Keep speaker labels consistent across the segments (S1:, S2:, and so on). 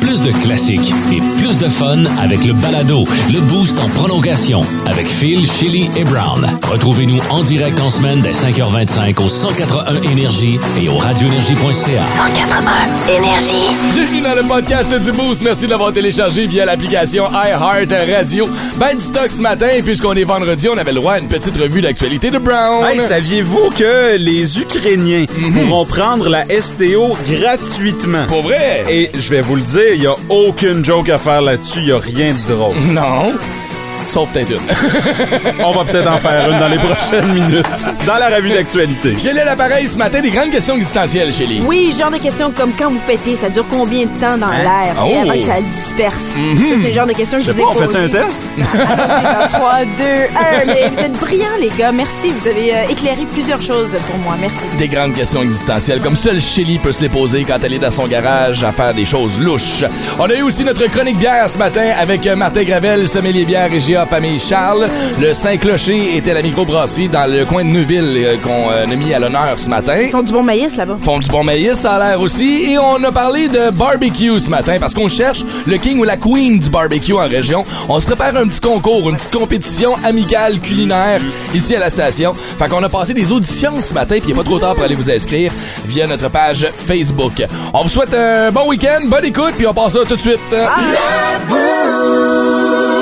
S1: Plus de classiques et plus de fun avec le balado, le boost en prolongation avec Phil, Chili et Brown. Retrouvez-nous en direct en semaine dès 5h25 au 181 Énergie et au radioénergie.ca.
S2: 181 Énergie.
S3: Bienvenue dans le podcast du Boost. Merci de l'avoir téléchargé via l'application iHeart Radio. Ben du stock ce matin, et puisqu'on est vendredi, on avait le droit à une petite revue d'actualité de Brown.
S4: Hey, saviez-vous que les Ukrainiens pourront prendre la STO gratuitement?
S3: Pour vrai?
S4: Et je vais vous le dire, il n'y a aucune joke à faire là-dessus, il n'y a rien de drôle.
S3: Non. Sauf peut-être une.
S4: On va peut-être en faire une dans les prochaines minutes, dans la revue d'actualité.
S3: J'ai là l'appareil ce matin, des grandes questions existentielles, Chélie.
S5: Oui, genre de questions comme quand vous pétez, ça dure combien de temps dans l'air et
S3: Oh.
S5: avant que ça le disperse? Ça, c'est le genre de questions que je,
S4: Je sais
S5: vous ai
S4: pas, on fait
S5: posées.
S4: un test?
S5: Dans 3, 2, 1. Mais vous êtes brillants, les gars. Merci. Vous avez euh, éclairé plusieurs choses pour moi. Merci.
S3: Des grandes questions existentielles, comme seule Chélie peut se les poser quand elle est dans son garage à faire des choses louches. On a eu aussi notre chronique bière ce matin avec euh, Martin Gravel, sommelier bière et GA famille Charles. Le Saint-Clocher était la microbrasserie dans le coin de Neuville euh, qu'on euh, a mis à l'honneur ce matin.
S5: Ils font du bon maïs là-bas.
S3: Font du bon maïs, ça a l'air aussi. Et on a parlé de barbecue ce matin parce qu'on cherche le king ou la queen du barbecue en région. On se prépare un petit concours, une petite compétition amicale culinaire ici à la station. Fait qu'on a passé des auditions ce matin, puis il est pas trop tard pour aller vous inscrire via notre page Facebook. On vous souhaite un bon week-end, bonne écoute, puis on passe ça tout de suite.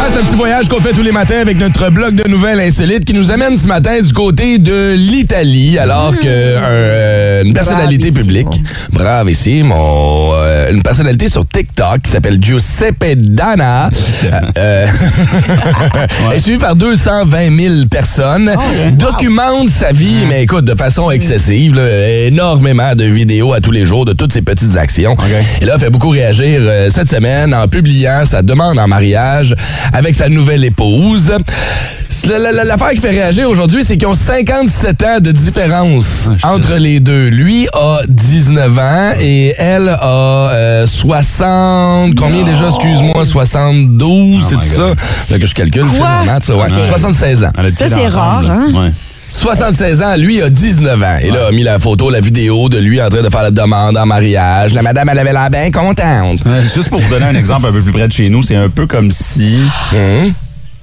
S3: Ah, c'est un petit voyage qu'on fait tous les matins avec notre blog de nouvelles insolites qui nous amène ce matin du côté de l'Italie, alors que un, euh, une personnalité publique, brave ici, mon, euh, une personnalité sur TikTok qui s'appelle Giuseppe Dana, euh, euh, est suivi par 220 000 personnes, documente sa vie, mais écoute, de façon excessive, là, énormément de vidéos à tous les jours de toutes ses petites actions. Et là, fait beaucoup réagir euh, cette semaine en publiant sa demande en mariage avec sa nouvelle épouse. C'est la- la- la- L'affaire qui fait réagir aujourd'hui, c'est qu'ils ont 57 ans de différence entre les deux. Lui a 19 ans et elle a euh, 60... Combien déjà, excuse-moi? 72, c'est tout ça? Là que je calcule, je fais
S5: Quoi?
S3: mon maths, ouais. 76 ans.
S4: Elle a dit
S5: Ça,
S4: qu'elle
S5: c'est
S4: est
S5: rare,
S4: enceinte, là.
S5: hein?
S4: Ouais.
S3: 76 ans, lui a 19 ans. Et là, a mis la photo, la vidéo de lui en train de faire la demande en mariage. La madame, elle avait l'air bien contente.
S4: Euh, Juste pour vous donner un exemple un peu plus près de chez nous, c'est un peu comme si...
S3: Hein?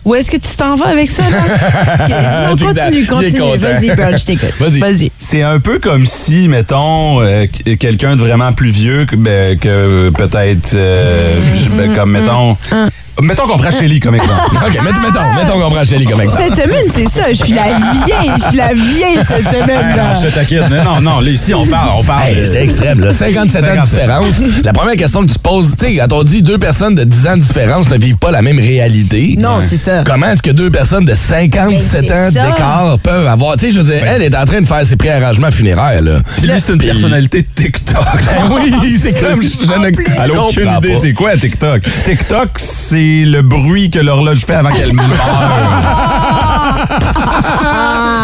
S6: Où est-ce que tu t'en vas avec ça? là? Ok, non,
S3: Jake, il
S6: continue,
S3: est content.
S6: continue. Vas-y, Bird, je t'écoute.
S3: Vas-y.
S6: Vas-y.
S4: C'est un peu comme si, mettons, euh, qu- quelqu'un de vraiment plus vieux que, ben, que, euh, peut-être, euh, je- ben, comme, mettons,
S5: Ah.
S4: mettons qu'on prend Shelly comme exemple.
S3: OK, met- mettons, mettons qu'on prend Shelly comme exemple.
S6: Cette semaine, c'est ça. Je suis la vieille. Je suis la vieille cette semaine.
S4: Hey, Ah, non,
S6: là.
S4: je te taquine. Mais Non, non, là, ici, on parle, on parle.
S3: Hey, c'est extrême, là. 57 ans de
S4: 57.
S3: différence. La première question que tu te poses, tu sais, quand on dit deux personnes de 10 ans de différence ne vivent pas la même réalité.
S6: Non, c'est ça.
S3: Comment est-ce que deux personnes de 57
S6: Ben,
S3: ans
S6: c'est ça.
S3: d'écart peuvent avoir... Tu sais, je veux dire, elle est en train de faire ses préarrangements funéraires, là.
S4: Puis lui, c'est une personnalité de TikTok.
S3: Ben oui, c'est comme... Je, je ne
S4: Elle a aucune
S3: comprends
S4: idée,
S3: pas.
S4: c'est quoi TikTok? TikTok, c'est le bruit que l'horloge fait avant qu'elle
S3: Ben
S4: meure.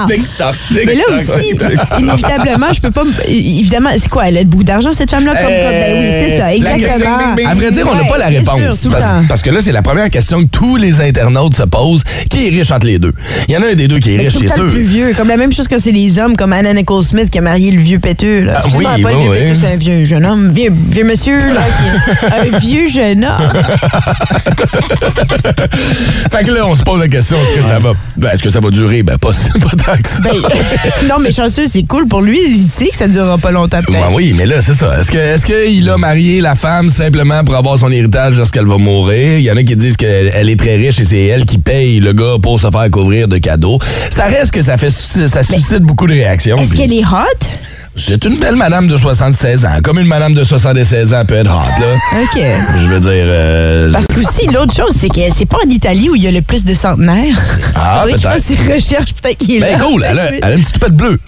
S3: TikTok,
S6: Mais là
S3: TikTok,
S6: aussi,
S3: TikTok.
S6: inévitablement, je peux pas. me- Évidemment, c'est quoi? Elle a beaucoup d'argent, cette femme-là? Comme, comme, ben oui, c'est ça,
S3: Euh, La question,
S6: exactement.
S3: à vrai dire, on n'a
S6: Ouais,
S3: pas la
S6: bien sûr,
S3: réponse.
S6: tout le
S3: parce,
S6: temps.
S3: parce que là, c'est la première question que tous les internautes se posent. Qui est riche entre les deux? Il y en a un des deux qui est
S6: Mais
S3: riche,
S6: Ben, C'est tout le
S3: c'est
S6: temps le
S3: sûr.
S6: plus vieux. Comme la même chose que c'est les hommes, comme Anna Nicole Smith qui a marié le vieux péteux. Là.
S3: Ah,
S6: Excuse-moi,
S3: oui,
S6: pas
S3: oui,
S6: le vieux
S3: oui.
S6: péteux, c'est un vieux jeune homme. Vieux, vieux monsieur, là, qui est un vieux jeune homme.
S3: Fait que là, on se pose la question, est-ce que, ça va, ben, est-ce que ça va durer? Ben, pas, pas tant que ça.
S6: Ben, non, mais chanceux, c'est cool pour lui. Il sait que ça durera pas longtemps. peut-être.
S3: Ouais, oui, mais là, c'est ça. Est-ce que est-ce qu'il a marié la femme simplement pour avoir son héritage lorsqu'elle va mourir? Il y en a qui disent qu'elle elle est très riche et c'est elle qui paye le gars pour se faire couvrir de cadeaux. Ça reste que ça fait ça suscite beaucoup de réactions.
S6: Ben, Est-ce
S3: puis-
S6: qu'elle est hot?
S3: C'est une belle madame de 76 ans. Comme une madame de 76 ans peut être hot, là.
S6: OK.
S3: Je veux dire... euh,
S6: Parce que aussi, l'autre chose, c'est que c'est pas en Italie où il y a le plus de centenaires.
S3: Ah,
S6: Faudrait qu'il
S3: peut-être.
S6: fasse ses recherches, peut-être qu'il est
S3: ben
S6: là.
S3: cool, elle a, elle a une petite toupette bleue.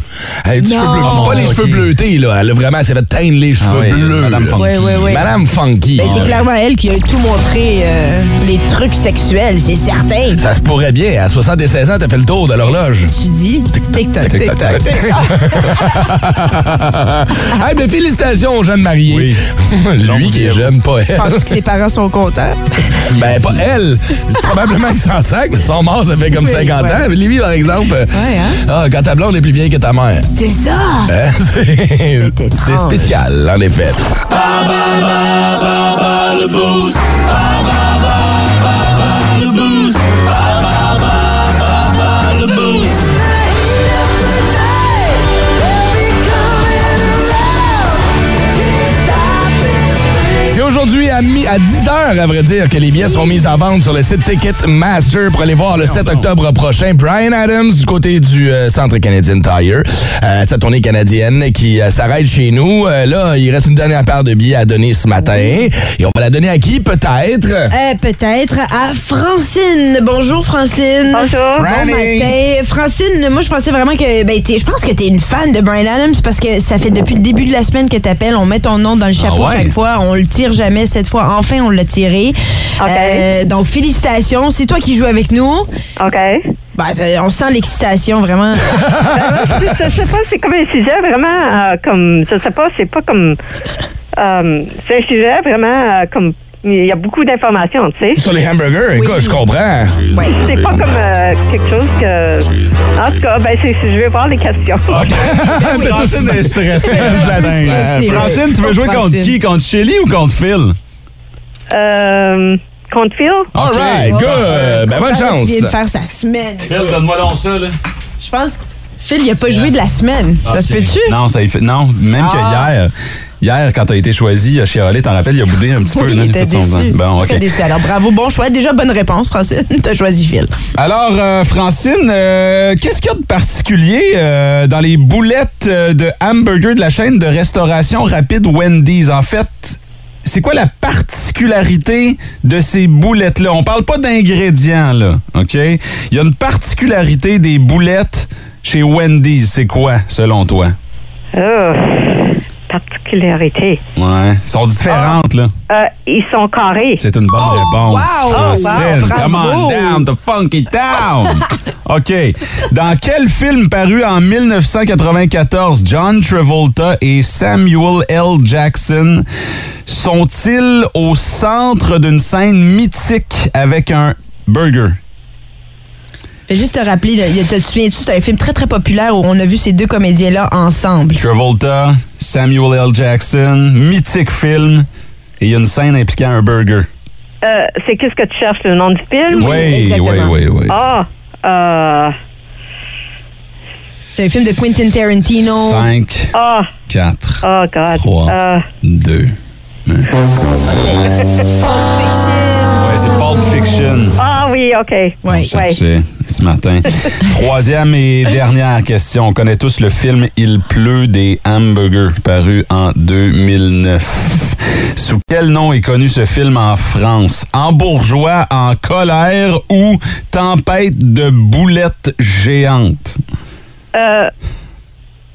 S3: Elle a des petits
S6: Non.
S3: cheveux bleus. Pas les
S4: Ah, Ok. Ah
S3: cheveux bleutés, là. Elle a vraiment, elle s'est fait teindre les cheveux
S4: oui,
S3: bleus.
S4: Madame
S3: là.
S4: Funky.
S6: Ouais, ouais, ouais.
S3: Madame Funky.
S6: Ben, c'est
S3: là.
S6: clairement elle qui a tout montré, euh, les trucs sexuels, c'est certain.
S3: Ça se pourrait bien. À 76 ans, t'as fait le tour de l'horloge.
S6: Tu dis? Tic-tac.
S3: Tic-tac-tac.
S6: Ah.
S3: hey, ben, félicitations aux jeunes mariés.
S4: Oui.
S3: Lui qui est jeune, pas elle.
S6: Penses-tu que ses parents sont contents?
S3: Ben, pas elle. C'est probablement qu'ils s'en sacrent, mais son mort, ça fait comme
S6: Oui,
S3: 50
S6: ouais.
S3: ans. Mais Lui, par exemple,
S6: hein?
S3: ah, quand ta blonde est plus vieille que ta mère.
S6: C'est ça!
S3: Hein, C'est c'est
S6: étrange.
S3: spécial, en effet. C'est aujourd'hui à, mi- à 10h, à vrai dire, que les billets seront mis en vente sur le site Ticketmaster pour aller voir le 7 octobre prochain Brian Adams du côté du euh, Centre Canadian Tire, euh, sa tournée canadienne qui euh, s'arrête chez nous. Euh, là, il reste une dernière paire de billets à donner ce matin. Et on va la donner à qui, peut-être?
S6: Eh, peut-être à Francine. Bonjour, Francine. Bonjour. Bon
S3: Franny.
S6: matin. Francine, moi, je pensais vraiment que. Ben, t'es- je pense que t'es une fan de Brian Adams parce que ça fait depuis le début de la semaine que t'appelles. On met ton nom dans le chapeau
S3: Ah
S4: ouais?
S6: chaque fois. On le tire jamais. Cette fois, enfin, on l'a tiré. Euh, donc, félicitations. C'est toi qui joues avec nous.
S7: OK.
S6: Ben, ça- on sent l'excitation, vraiment.
S7: je sais pas, c'est comme un sujet vraiment euh, comme. Je sais pas, c'est pas comme. euh, c'est un sujet vraiment euh, comme. Il y a beaucoup d'informations, tu sais.
S3: Sur les hamburgers, écoute, je comprends.
S7: C'est pas comme euh, quelque chose que. En tout cas, ben, c'est, je vais voir les questions.
S4: Ah, Francine
S3: Ben
S4: est stressée, je
S6: C'est-
S4: la dingue.
S6: c'est-
S4: Francine, tu veux jouer contre
S6: Francine.
S4: qui? Contre Shelly ou contre Phil?
S7: Euh, compte fil?
S3: All
S4: Ok.
S3: right, good. Ben, bonne
S6: Phil
S3: chance.
S6: vient de faire sa semaine.
S4: Phil, donne-moi donc ça, là.
S6: Je pense que Phil, il a pas joué de la semaine. Ça se peut-tu?
S4: Non, ça y fait. Non, même que
S3: Ah.
S4: hier. Hier, quand t'as été choisi, Chiarolé, t'en rappelles, il a boudé un petit peu.
S6: Oui,
S4: là,
S6: t'es
S4: tout son-
S6: déçu.
S4: Bon, OK.
S6: Très déçu. Alors, bravo, bon choix. Déjà, bonne réponse, Francine. T'as choisi Phil.
S4: Alors, euh, Francine, euh, qu'est-ce qu'il y a de particulier euh, dans les boulettes euh, de hamburger de la chaîne de restauration rapide Wendy's? En fait, c'est quoi la particularité de ces boulettes-là? On parle pas d'ingrédients, là, OK? Il y a une particularité des boulettes chez Wendy's. C'est quoi, selon toi?
S3: Ah.
S7: Oh, particularité.
S4: Ouais. Ils sont différentes, là.
S7: Euh, ils sont carrés.
S4: C'est une bonne réponse.
S6: wow!
S4: Francine,
S6: Wow, bravo!
S4: come on down to funky town. OK. Dans quel film paru en 1994, John Travolta et Samuel L. Jackson sont-ils au centre d'une scène mythique avec un burger?
S6: Fais juste te rappeler, là, il y a- te souviens-tu, c'est un film très, très populaire où on a vu ces deux comédiens-là ensemble.
S4: Travolta, Samuel L. Jackson, mythique film, et il y a une scène impliquant un burger.
S7: Euh, c'est qu'est-ce que tu cherches, le nom du film?
S4: oui, oui,
S6: exactement.
S4: oui, oui.
S7: Ah, euh,
S6: C'est un film de Quentin Tarantino.
S4: 5,
S7: ah,
S4: 4,
S7: oh, God.
S4: 3,
S7: Euh,
S4: 2.
S6: Pulp Fiction.
S4: Ouais, c'est Pulp Fiction.
S7: ah, oui, OK.
S6: Ouais.
S4: On
S7: ouais.
S4: cherchait ce matin. Troisième et dernière question. On connaît tous le film Il pleut des hamburgers, paru en 2009. Sous quel nom est connu ce film en France? En bourgeois, en colère ou tempête de boulettes géantes?
S7: Euh,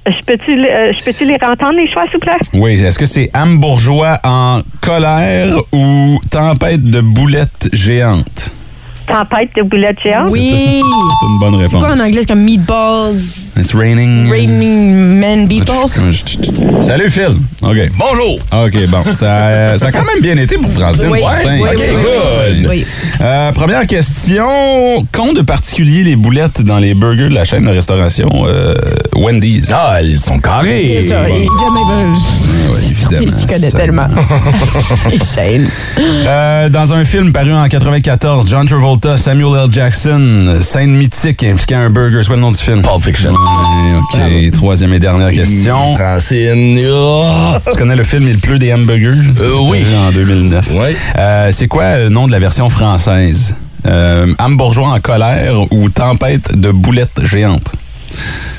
S7: je peux-tu euh, je peux-tu les entendre, les choix, s'il vous plaît?
S4: Oui, est-ce que c'est âme bourgeois en colère ou tempête de boulettes géantes?
S7: Tempête de boulettes géantes?
S6: Oui.
S4: C'est une bonne réponse.
S6: C'est quoi en anglais? C'est comme Meatballs,
S4: It's raining.
S6: Raining Men,
S3: Ah,
S6: Meatballs.
S4: Salut Phil. OK.
S3: Bonjour.
S4: OK, bon. Ça, euh, ça a quand même bien été pour Francine.
S6: Oui,
S4: certain.
S6: oui,
S4: OK,
S6: oui,
S4: good.
S6: oui.
S4: Euh, première question. Qu'ont de particulier les boulettes dans les burgers de la chaîne de restauration euh, Wendy's?
S3: Ah, ils sont carrés.
S6: C'est ça.
S4: bon.
S6: Il
S4: Ouais,
S6: il
S4: évidemment.
S6: s'y connaît
S4: Ça-
S6: tellement. Il chaîne.
S4: Euh, dans un film paru en 94, John Travolta, Samuel L. Jackson, scène mythique impliquant un burger. C'est quoi le nom du film?
S3: Pulp Fiction.
S4: Ouais, OK, troisième et dernière question.
S3: Francine. Ah.
S4: Tu connais le film Il pleut des hamburgers?
S3: Euh, oui.
S4: Paru En 2009.
S3: Oui.
S4: Euh, c'est quoi le nom de la version française? Euh, Âme bourgeois en colère ou tempête de boulettes géantes?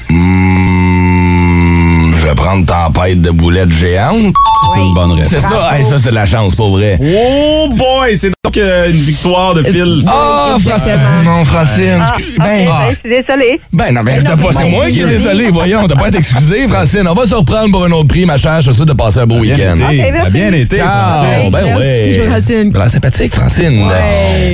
S3: Hmm, je vais prendre tempête de boulettes géantes.
S4: C'est une bonne réponse.
S3: C'est ça, hey, ça c'est de la chance, pour vrai.
S4: Oh boy, c'est Donc, euh, une victoire de Phil.
S3: Ah, Francine!
S6: Exactement.
S3: Non, Francine.
S7: Ah,
S3: excuse-
S7: ok,
S3: Ben, ah.
S7: ben, je suis désolée.
S3: Ben non, mais t'as pas, c'est moi qui est désolé, voyons, t'as pas à t'excuser, Francine. On va se reprendre pour un autre prix, ma chère. Je suis sûr de passer un beau
S4: Bien
S3: week-end.
S4: été. Ça a bien été.
S3: Ciao!
S4: Francine.
S3: Ben
S6: Merci,
S3: ouais.
S6: Francine.
S3: Voilà, sympathique, Francine.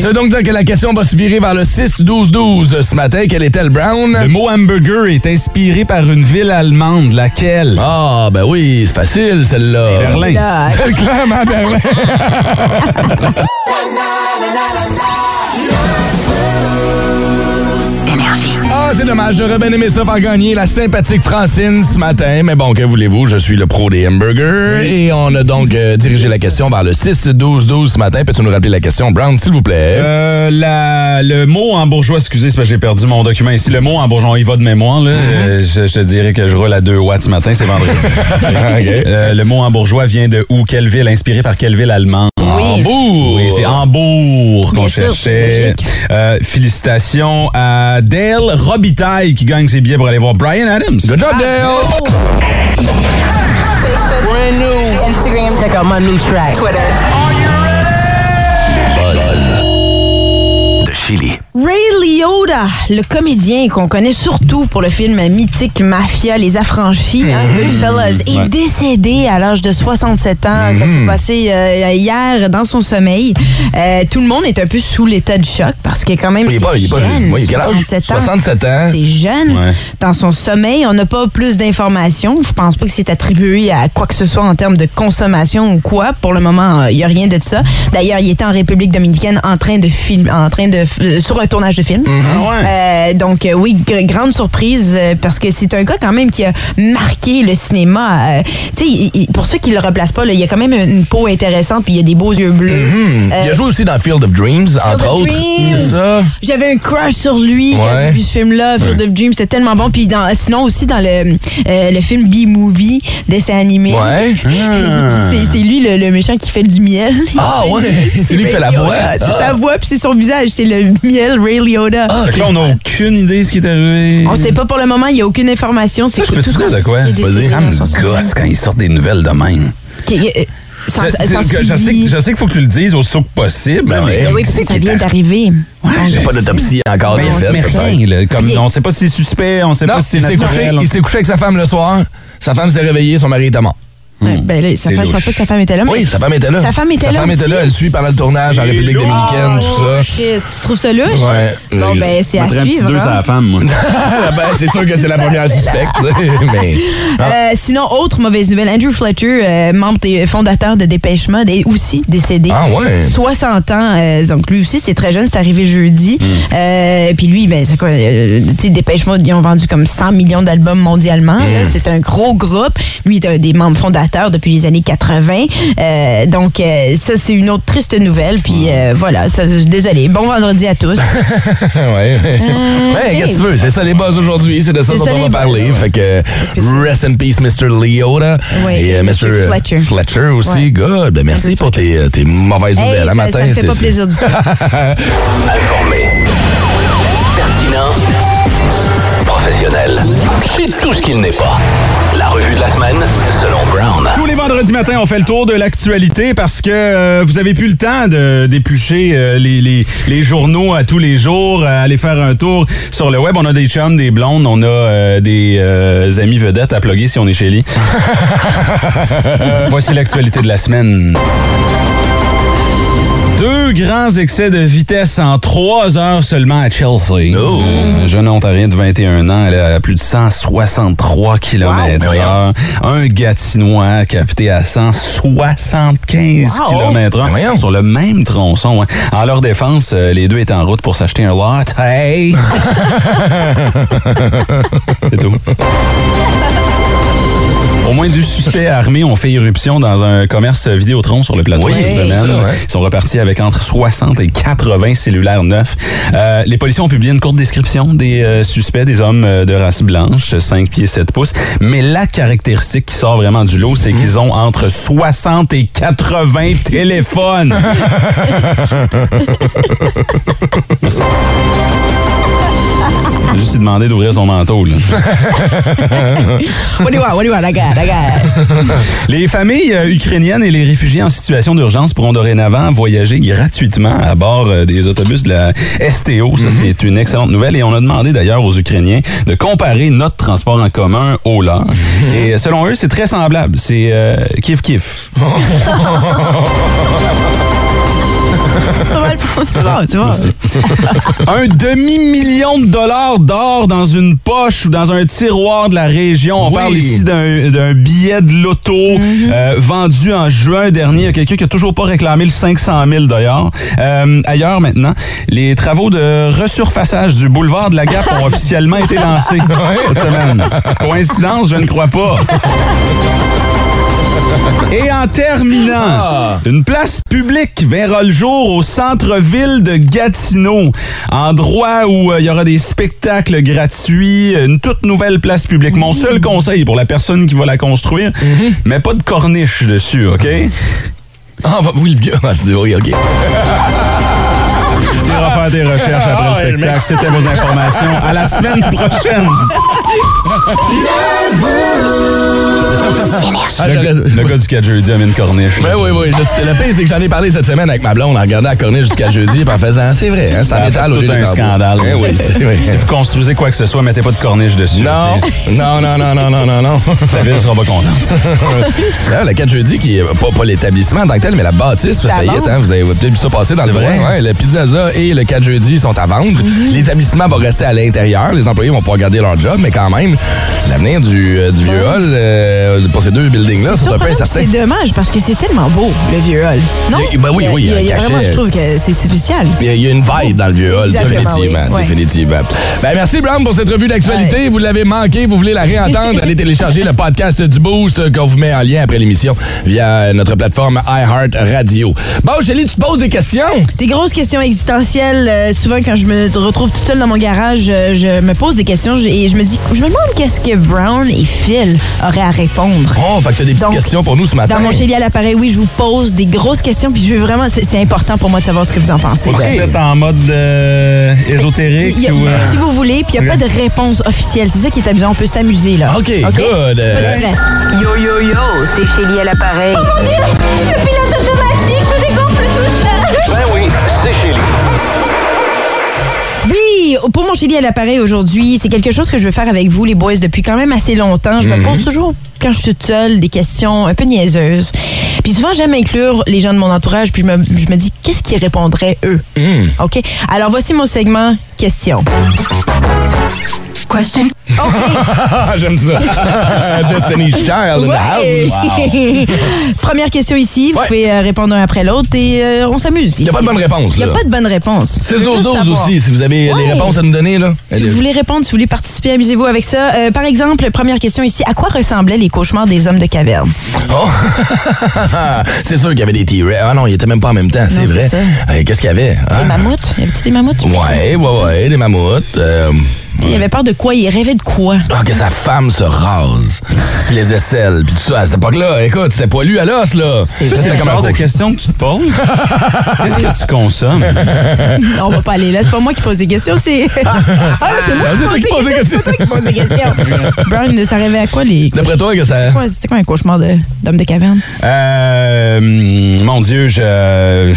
S3: Ça veut donc dire que la question va se virer vers le 6-12-12 ce matin. Quelle est-elle, Brown?
S4: Le mot hamburger est inspiré par une ville allemande, laquelle?
S3: Ah, ben oui, c'est facile, celle-là.
S4: Berlin.
S6: Là,
S3: Clairement, Berlin.
S2: énergie.
S3: Ah, c'est dommage, j'aurais bien aimé ça faire gagner la sympathique Francine ce matin. Mais bon, que voulez-vous, je suis le pro des hamburgers. Et on a donc euh, dirigé la question vers le 6-12-12 ce matin. Peux-tu nous rappeler la question, Brown, s'il vous plaît?
S4: Euh, la- le mot en bourgeois, excusez, c'est parce que j'ai perdu mon document ici. Le mot en bourgeois, on y va de mémoire. Là.
S3: Mm-hmm.
S4: Euh, je, je te dirais que je roule à 2 watts ce matin, c'est vendredi.
S3: Ok.
S4: Euh, le mot en bourgeois vient de où? Quelle ville? Inspiré par quelle ville allemande?
S3: Hambourg.
S4: Oui, c'est Hambourg qu'on
S6: Bien sûr,
S4: cherchait. Euh, félicitations à Dale Robitaille qui gagne ses billets pour aller voir Brian Adams.
S3: Good job, Dale!
S8: Brand new. Instagram. Check out my new track. Twitter.
S1: de Chili.
S6: Ray Liotta, le comédien qu'on connaît surtout pour le film mythique Mafia, Les Affranchis, hein,
S3: Mm-hmm.
S6: Goodfellas, est
S4: Ouais.
S6: décédé à l'âge de 67 ans. Ça
S3: Mm-hmm.
S6: s'est passé euh, hier dans son sommeil. Euh, tout le monde est un peu sous l'état de choc parce qu'il est quand même
S3: Il est pas, il est pas
S6: jeune,
S3: jeune. Oui, quel âge?
S6: 67 ans.
S3: 67 ans.
S6: C'est jeune.
S4: Ouais.
S6: Dans son sommeil, on n'a pas plus d'informations. Je pense pas que c'est attribué à quoi que ce soit en termes de consommation ou quoi. Pour le moment, il n'y a rien de ça. D'ailleurs, il était en République dominicaine en train de film, en train de f- euh, sur un tournage de film. Euh, donc euh, oui, gr- grande surprise euh, parce que c'est un gars quand même qui a marqué le cinéma. Euh, tu sais, il- il- pour ceux qui le replacent pas, là, il y a quand même une peau intéressante puis il y a des beaux yeux bleus.
S3: Hmm.
S6: Euh,
S3: Il a joué aussi dans Field of Dreams, entre
S6: of
S3: autres.
S6: Dreams.
S3: C'est ça.
S6: J'avais un crush sur lui quand
S3: Ouais.
S6: j'ai vu ce film-là, Field of Dreams, c'était tellement bon. Puis dans, sinon aussi dans le, euh, le film B-Movie, dessin animé.
S3: Ouais.
S6: C'est c'est lui le, le méchant qui fait du miel.
S3: Ah, ouais. C'est lui qui fait la
S6: Ray
S3: voix.
S6: Liotta. C'est
S3: Ah.
S6: sa voix puis c'est son visage, c'est le miel Ray Liotta.
S3: Ah,
S4: Fait que là, on n'a aucune idée de ce qui est arrivé.
S6: On sait pas pour le moment, il n'y a aucune information.
S4: Ça,
S6: C'est
S4: je peux
S6: tout
S4: te dire
S6: ça,
S4: de quoi?
S6: c'est décidé
S4: Ça
S6: dans son
S4: me
S6: sommeil.
S4: gosse quand ils sortent des nouvelles de même.
S6: Qui- euh, sans-
S4: C'est-
S6: sans
S4: c'est- que- je, sais, que-
S6: suivi. Ah
S4: je sais qu'il faut que tu le dises aussitôt que possible.
S3: Ben
S4: mais
S3: ouais.
S4: comme
S6: Oui,
S4: qui
S6: parce que
S4: c'est
S6: ça
S4: qui est
S6: vient
S4: à-
S6: d'arrivée.
S4: Ouais,
S3: J'ai
S4: je
S3: pas
S4: sais.
S3: d'autopsie encore
S4: Mais,
S3: de fait.
S4: mais rien, là. Comme, On sait pas si c'est suspect, on sait
S3: Non,
S4: pas
S3: il
S4: si c'est
S3: s'est couché,
S4: naturel.
S3: il s'est couché avec sa femme le soir. Sa femme s'est réveillée, son mari était mort.
S6: Ouais, ben là, sa
S4: c'est
S6: femme- je pense
S4: louche.
S6: pas que sa femme était là. mais-
S3: Oui, sa femme était là.
S6: Sa femme était là.
S3: Sa femme était
S6: aussi.
S3: là, elle suit pendant le tournage en
S4: C'est
S3: République
S4: lourd.
S3: dominicaine, tout ça.
S6: Christ, Oh, tu trouves ça louche?
S3: Ouais. Euh,
S6: Bon, ben, c'est à
S4: Mettrais un petit
S6: suivre.
S4: deux
S6: hein.
S4: à la femme, moi.
S3: Ben, c'est sûr que c'est la première suspecte, tu sais, mais.
S6: Euh, sinon, autre mauvaise nouvelle, Andrew Fletcher, euh, membre des fondateur de Dépêche Mode, est aussi décédé.
S3: Ah ouais.
S6: 60 ans, euh, donc lui aussi, c'est très jeune, c'est arrivé jeudi.
S3: Hmm.
S6: Euh, puis lui, ben, c'est quoi, euh, tu sais, Dépêche Mode, ils ont vendu comme 100 millions d'albums mondialement.
S3: Hmm.
S6: là. C'est un gros groupe. Lui est un des membres fondateurs depuis les années 80. Euh, donc, euh, ça, c'est une autre triste nouvelle. Puis
S3: Hmm.
S6: euh, voilà, ça- désolé. Bon vendredi à tous.
S3: ouais. ouais. Ouais, Ben, qu'est-ce que tu veux? C'est ça les buzz aujourd'hui, c'est de
S6: Ah,
S3: ça
S6: C'est
S3: dont
S6: ça,
S3: on va
S6: les
S3: parler.
S6: buzz.
S3: Fait que,
S6: que c'est-
S3: rest in peace, Mr. Leota.
S6: Oui,
S3: Et euh,
S6: Monsieur
S3: Mr.
S6: Fletcher.
S3: Fletcher aussi.
S6: Ouais.
S3: Good. Ben, merci
S6: Andrew
S3: pour tes, euh, tes mauvaises
S6: Hey,
S3: nouvelles.
S6: ça,
S3: Un matin,
S6: ça me fait
S3: c'est-
S6: pas plaisir du tout.
S1: Informé. Pertinent. Professionnel. C'est tout ce qu'il n'est pas. La revue de la semaine, selon Brown.
S4: Tous les vendredis matins, on fait le tour de l'actualité parce que euh, vous avez plus le temps de d'éplucher euh, les, les, les journaux à tous les jours, euh, aller faire un tour sur le web. On a des chums, des blondes, on a euh, des euh, amis vedettes à plugger si on est chez lui. Voici l'actualité de la semaine. Deux grands excès de vitesse en trois heures seulement à Chelsea. Euh, Un jeune Ontarien de 21 ans, elle a plus de 163 km heure. Un Gatinois capté à 175
S6: Wow.
S4: km
S3: Ben voyons.
S4: heure sur le même tronçon. hein. En leur défense, euh, les deux étaient en route pour s'acheter un lot. Hey! C'est tout. Au moins deux suspects armés ont fait irruption dans un commerce Vidéotron sur le plateau
S3: Oui,
S4: cette
S3: c'est
S4: semaine.
S3: ça, ouais.
S4: Ils sont repartis avec entre 60 et 80 cellulaires neufs. Euh, les policiers ont publié une courte description des euh, suspects, des hommes euh, de race blanche, 5 pieds 7 pouces. Mais la caractéristique qui sort vraiment du lot, c'est
S3: Mhm.
S4: qu'ils ont entre 60 et 80 téléphones. Merci. J'ai juste lui demandé d'ouvrir son manteau. là.
S6: What do you want? What do you want? I got, I got.
S4: les familles euh, ukrainiennes et les réfugiés en situation d'urgence pourront dorénavant voyager gratuitement à bord euh, des autobus de la STO. Ça, c'est une excellente nouvelle. Et on a demandé d'ailleurs aux Ukrainiens de comparer notre transport en commun au leur. Et euh, selon eux, c'est très semblable. C'est euh, kiff-kiff.
S6: C'est pas mal. C'est bon, c'est bon.
S4: un demi-million de dollars d'or dans une poche ou dans un tiroir de la région. On
S3: Oui.
S4: parle ici d'un d'un billet de loto euh, vendu en juin dernier. Il y a quelqu'un qui a toujours pas réclamé le 500 000 dollars. Euh, ailleurs maintenant, les travaux de resurfaçage du boulevard de la Gap ont officiellement été lancés cette semaine. Coïncidence, je ne crois pas. Et en terminant,
S3: Ah.
S4: une place publique verra le jour au centre-ville de Gatineau. Endroit où euh, il y aura des spectacles gratuits, une toute nouvelle place publique. Mon seul conseil pour la personne qui va la construire,
S3: Mhm.
S4: mais pas de corniche dessus, OK?
S3: Ah, bah, oui, le vieux. Ah, c'est oui, OK.
S4: T'iras faire tes recherches après
S3: Ah ouais,
S4: le spectacle. C'était vos informations. À la semaine prochaine!
S3: Ah, j'aurais-
S4: Le gars du 4 jeudi a mis une corniche. là.
S3: Ben oui, oui. je sais. le pire, c'est que j'en ai parlé cette semaine avec ma blonde en regardant la corniche jusqu'à jeudi puis en faisant, c'est vrai, hein, c'est
S4: Ça
S3: en
S4: a fait
S3: métal au lieu
S4: tout un
S3: des tambours.
S4: scandale.
S3: Eh oui, c'est vrai.
S4: Si vous construisez quoi que ce soit, mettez pas de corniche dessus.
S3: Non,
S4: OK?
S3: non, non, non, non, non, non, non.
S4: La ville sera pas contente.
S3: D'ailleurs, le 4 jeudi, qui est pas, pas l'établissement en tant que tel, mais la bâtisse fait
S6: C'est à
S3: faillite.
S6: vendre.
S3: Hein, vous avez peut-être vu ça passer dans le
S4: C'est
S3: coin.
S4: vrai?
S3: Ouais, le Pizzaza et le 4 jeudi sont à vendre.
S6: Mhm.
S3: L'établissement va rester à l'intérieur. Les employés vont pouvoir garder leur job, mais quand même, l'avenir du, euh, du vieux hall euh, pour ces deux buildings-là
S6: C'est
S3: sont un peu
S6: surprenant, puis
S3: incertains.
S6: C'est dommage parce que c'est tellement beau, le vieux hall. Non?
S3: Il y a- ben oui, oui,
S6: Il y a,
S3: il y a un
S6: vraiment,
S3: cachet.
S6: je trouve que c'est spécial.
S3: Il y a- il y a une vibe dans le vieux hall,
S6: Exactement,
S3: définitivement.
S6: Ah oui. Ouais.
S3: définitivement. Ben, merci, Brown, pour cette revue d'actualité. Vous l'avez manqué, vous voulez la réentendre, allez télécharger le podcast du Boost euh, qu'on vous met en lien après l'émission via euh, notre plateforme iHeart Radio. Bon, Chélie, tu te poses des questions?
S6: Des grosses questions existentielles. euh, souvent, quand je me retrouve toute seule dans mon garage, euh, je me pose des questions je- et je me dis, je me demande qu'est-ce que Brown et Phil auraient à répondre.
S3: Oh, fait que t'as des petites
S6: Donc,
S3: questions pour nous ce matin.
S6: Dans mon chélier à l'appareil, oui, je vous pose des grosses questions, puis je veux vraiment, c'est c'est important pour moi de savoir ce que vous en pensez.
S4: Faut que tu te mettes en mode euh, ésotérique
S6: Il y a-
S3: hein.
S4: ou. euh,
S6: Si vous voulez, puis il n'y a
S4: Ok.
S6: pas de réponse officielle. C'est ça qui est amusant. On peut s'amuser, là.
S3: OK, good.
S6: Pas de
S3: Euh,
S6: stress.
S2: Yo yo yo, c'est Chélie à l'appareil.
S8: Le pilote automatique se dégonfle tout seul.
S9: Ben oui, c'est Chélie.
S6: Oui, pour mon chili à l'appareil aujourd'hui, c'est quelque chose que je veux faire avec vous, les boys, depuis quand même assez longtemps. Je
S3: Mhm.
S6: me pose toujours, quand je suis toute seule, des questions un peu niaiseuses. Puis souvent, j'aime inclure les gens de mon entourage, puis je me, je me dis, qu'est-ce qu'ils répondraient, eux?
S3: Mhm.
S6: OK? Alors, voici mon segment question.
S8: Question.
S3: Ah, j'aime ça. Destiny's Child in the
S6: Ouais.
S3: house.
S6: Première question ici, vous
S3: Ouais.
S6: pouvez euh, répondre un après l'autre et euh, on s'amuse.
S3: Il n'y a pas de bonne réponse,
S6: Il n'y
S3: là.
S6: a pas de bonne réponse. Je veux
S3: 6 12
S6: juste
S3: 12
S6: savoir.
S3: aussi, si vous avez les
S6: Ouais.
S3: réponses à nous donner, là.
S6: Si vous voulez répondre, si vous voulez participer, amusez-vous avec ça. Euh, par exemple, première question ici, à quoi ressemblaient les cauchemars des hommes de caverne?
S3: Oh. c'est sûr qu'il y avait des T-Rex. Ah non, il était même pas en même temps, c'est
S6: Non,
S3: vrai.
S6: c'est
S3: Euh, Qu'est-ce qu'il y avait? Ah.
S6: Des mammouths? Y avait-tu des mammouths?
S3: Ouais, ouais, ouais, des mammouths. Euh,
S6: Il avait peur de quoi? Il rêvait de quoi?
S3: ah, que sa femme se rase. Puis les aisselles, puis tout ça. À cette époque-là, écoute, c'était poilu à l'os, là.
S4: Toi, c'est
S3: C'était
S4: le
S3: comme un
S4: genre de
S3: cochon.
S4: questions que tu te poses. Qu'est-ce que tu consommes?
S6: On va pas aller là. C'est pas moi qui pose des questions, c'est. ah, c'est moi
S3: Ah, c'est toi qui pose des questions.
S6: C'est toi qui pose des questions. Brown, ça rêvait à quoi les.
S3: D'après toi, que ça.
S6: C'était quoi, c'était quoi un cauchemar de- d'homme de caverne?
S4: Euh, hum, mon Dieu, je.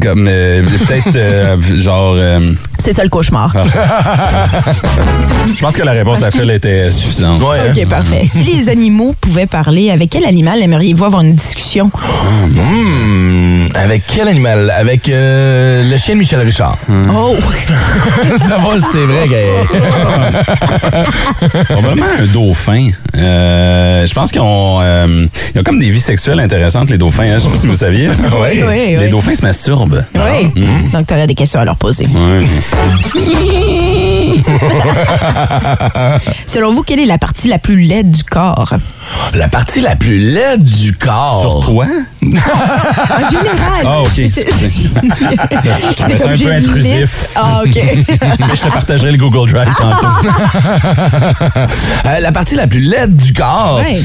S4: Comme. euh, Peut-être, euh, genre. euh,
S6: C'est ça le cauchemar.
S4: je pense que la réponse à Phil était suffisante.
S3: Ouais, hein?
S6: Ok, parfait. Si les animaux pouvaient parler, avec quel animal aimeriez-vous avoir une discussion?
S3: Hmm, avec quel animal? Avec euh, le chien de Michel Richard.
S4: Hein.
S6: Oh!
S3: ça va, c'est vrai. que-
S4: Probablement un dauphin. Euh, je pense qu'ils ont. euh, ils ont comme des vies sexuelles intéressantes, les dauphins. hein. Je sais pas si vous saviez.
S3: Oui,
S6: oui.
S4: Les dauphins se masturbent.
S6: Oui.
S4: Hein.
S6: Donc, t'aurais des questions à leur poser.
S4: Ouais.
S6: Selon vous, quelle est la partie la plus laide du corps?
S3: La partie la plus laide du corps.
S4: Sur toi?
S6: En général.
S4: Ah, ok,
S6: C'est- c'est-
S4: Je trouvais ça un
S6: J'ai
S4: peu
S6: une
S4: intrusif.
S6: liste. Ah, OK.
S4: Mais je te partagerai le Google Drive tantôt.
S3: Euh, la partie la plus laide du corps.
S6: Ouais.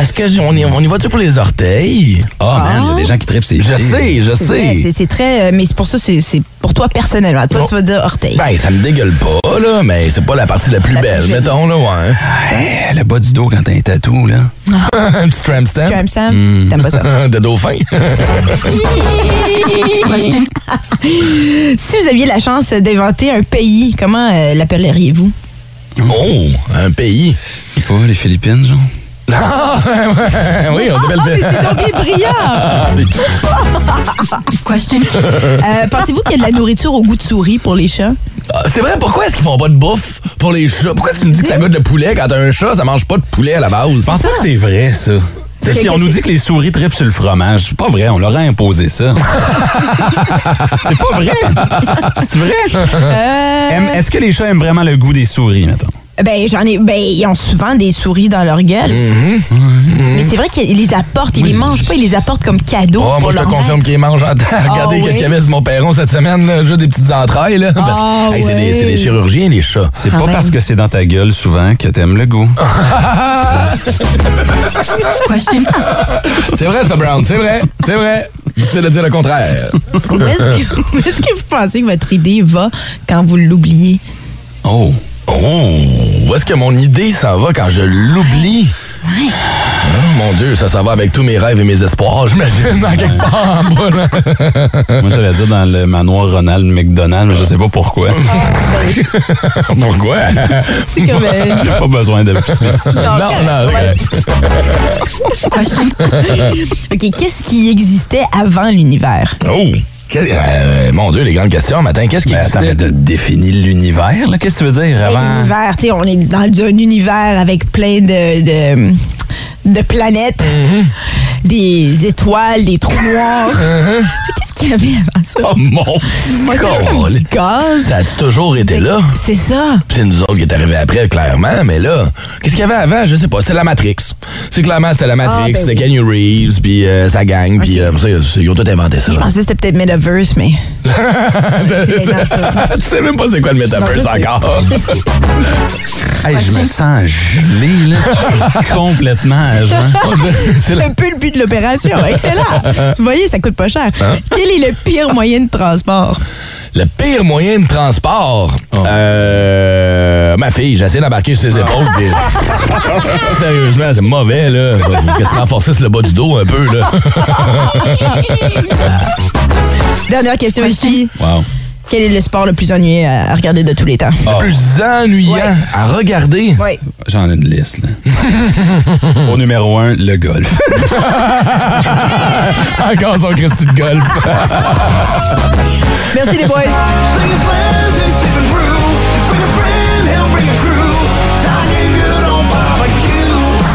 S3: Est-ce que j- on y, on y va-tu pour les orteils?
S4: Ah, man, il y a des gens qui trippent ces
S3: Je sais, je
S6: Ouais,
S3: sais.
S6: c'est- c'est très. euh, mais c'est pour ça, c'est c'est pour toi personnellement. Toi,
S3: Oh.
S6: tu vas dire orteil.
S3: Ben, ça me dégueule pas, là, mais c'est pas la partie la plus belle,
S6: plus jolie.
S3: mettons, là, ouais.
S4: Hey, le bas du dos quand t'as un tatou, là.
S3: Un petit Ah. tramp
S4: Ben,
S6: Tu
S3: stamp.
S6: aimes ça? T'aimes pas ça?
S3: De dauphin.
S6: Si vous aviez la chance d'inventer un pays, comment euh, l'appelleriez-vous?
S3: Oh, un pays.
S4: Je sais pas, les Philippines, genre.
S3: Ah, oui, on s'appelle.
S6: Ah, mais c'est tombé
S3: Ah,
S6: brillant!
S8: Question.
S6: Euh, Pensez-vous qu'il y a de la nourriture au goût de souris pour les chats?
S3: Ah, C'est vrai, pourquoi est-ce qu'ils font pas de bouffe pour les chats? Pourquoi tu me dis que ça goûte le poulet quand t'as un chat, ça mange pas de poulet à la base?
S4: Je pense pas que c'est vrai, ça.
S6: C'est
S4: Si
S6: que-
S4: on nous dit que les souris tripent sur le fromage. C'est pas vrai, on leur a imposé ça. c'est pas vrai. C'est vrai.
S6: Euh.
S4: Aime- Est-ce que les chats aiment vraiment le goût des souris, mettons?
S6: Ben, j'en ai. Ben, ils ont souvent des souris dans leur gueule.
S3: Mm-hmm.
S6: Mais c'est vrai qu'ils les apportent. Ils les mangent pas, ils les apportent comme cadeau.
S3: Oh,
S6: pour
S3: moi, je te
S6: leur
S3: confirme
S6: maître.
S3: qu'il mange en temps. Regardez
S6: Ah,
S3: qu'est-ce
S6: oui.
S3: qu'il y avait sur mon perron cette semaine, là, juste des petites entrailles. Là, parce que,
S6: Ah,
S3: hey, c'est des,
S6: oui.
S3: c'est des chirurgiens, les chats.
S4: C'est
S6: Quand
S4: pas
S6: Ah, même. Ah.
S4: parce que c'est dans ta gueule souvent que t'aimes le goût.
S8: Question.
S3: C'est vrai, ça, Brown, c'est vrai, c'est vrai. Difficile de dire le contraire.
S6: Où Est-ce que, où est-ce que vous pensez que votre idée va quand vous l'oubliez?
S3: Oh. Oh, où est-ce que mon idée s'en va quand je l'oublie? Oh, mon Dieu, ça s'en va avec tous mes rêves et mes espoirs, j'imagine, dans quelque part en bas. là.
S4: Moi, j'allais dire dans le manoir Ronald McDonald, mais je sais pas pourquoi.
S6: Ah,
S3: Pourquoi?
S6: C'est comme. euh,
S4: J'ai pas besoin de plus spécifier.
S6: Non,
S3: non, non, correct.
S8: Question.
S6: OK, qu'est-ce qui existait avant l'univers?
S3: Oh, quel- euh, mon Dieu, les grandes questions, matin, qu'est-ce qui
S4: Ben, attends, mais
S3: existait?
S4: de- définis l'univers, là. Qu'est-ce que tu veux dire avant?
S6: L'univers, tu sais, on est dans un univers avec plein de, de, de planètes,
S3: Mm-hmm.
S6: des étoiles, des trous noirs. Qu'est-ce qu'il y avait avant ça?
S3: Oh, mon
S6: Moi, c'est comme
S3: Colin.
S6: du gaz.
S3: Ça a toujours été là?
S6: C'est ça.
S3: Puis C'est nous autres qui est arrivé après, clairement, mais là, qu'est-ce qu'il y avait avant? Je sais pas. C'était la Matrix. C'est clairement, c'était la Matrix,
S6: Ah, ben
S3: c'était
S6: oui.
S3: Kenny Reeves, puis euh, sa gang, puis euh, ça, ils ont tout inventé ça.
S6: Je pensais que c'était peut-être Metaverse, mais. c'est bien ça.
S3: tu sais même pas c'est quoi le Metaverse
S6: Non, je sais.
S3: encore.
S4: Hey, je me sens gelé, là. Je suis complètement à jeun.
S3: c'est
S6: C'est
S3: la...
S6: un peu le but de l'opération. Excellent. Vous voyez, ça coûte pas cher.
S3: Hein?
S6: Quel est le pire moyen de transport?
S3: Le pire moyen de transport. Euh, ma fille, j'essaie d'embarquer sur ses épaules. puis- Sérieusement, c'est mauvais, là. Faut que ça renforcisse le bas du dos un peu, là.
S6: Dernière question ici.
S4: Wow.
S6: Quel est le sport le plus ennuyeux à à regarder de tous les temps?
S3: Le plus ennuyant
S6: Ouais.
S3: à regarder.
S6: Oui.
S4: J'en ai une liste, là. Au numéro un, le golf.
S3: Encore son Christy de golf.
S6: Merci les boys.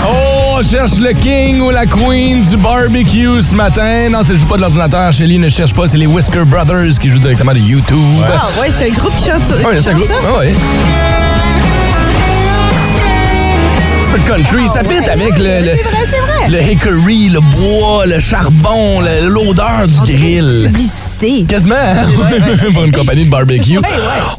S3: Oh, on cherche le king ou la queen du barbecue ce matin. Non, ça joue pas de l'ordinateur. Shelly ne cherche pas. C'est les Whisker Brothers qui jouent directement de YouTube.
S6: Ah ouais, c'est un groupe qui chante ça.
S3: Ouais,
S6: qui
S3: c'est un
S6: chante
S3: groupe.
S6: ça?
S3: Ah ouais. Un petit peu de country. Ça fit avec le, le,
S6: Ah C'est vrai.
S3: le hickory, le bois, le charbon, le- l'odeur du grill.
S6: Publicité.
S3: Quasiment, hein? pour une compagnie de barbecue.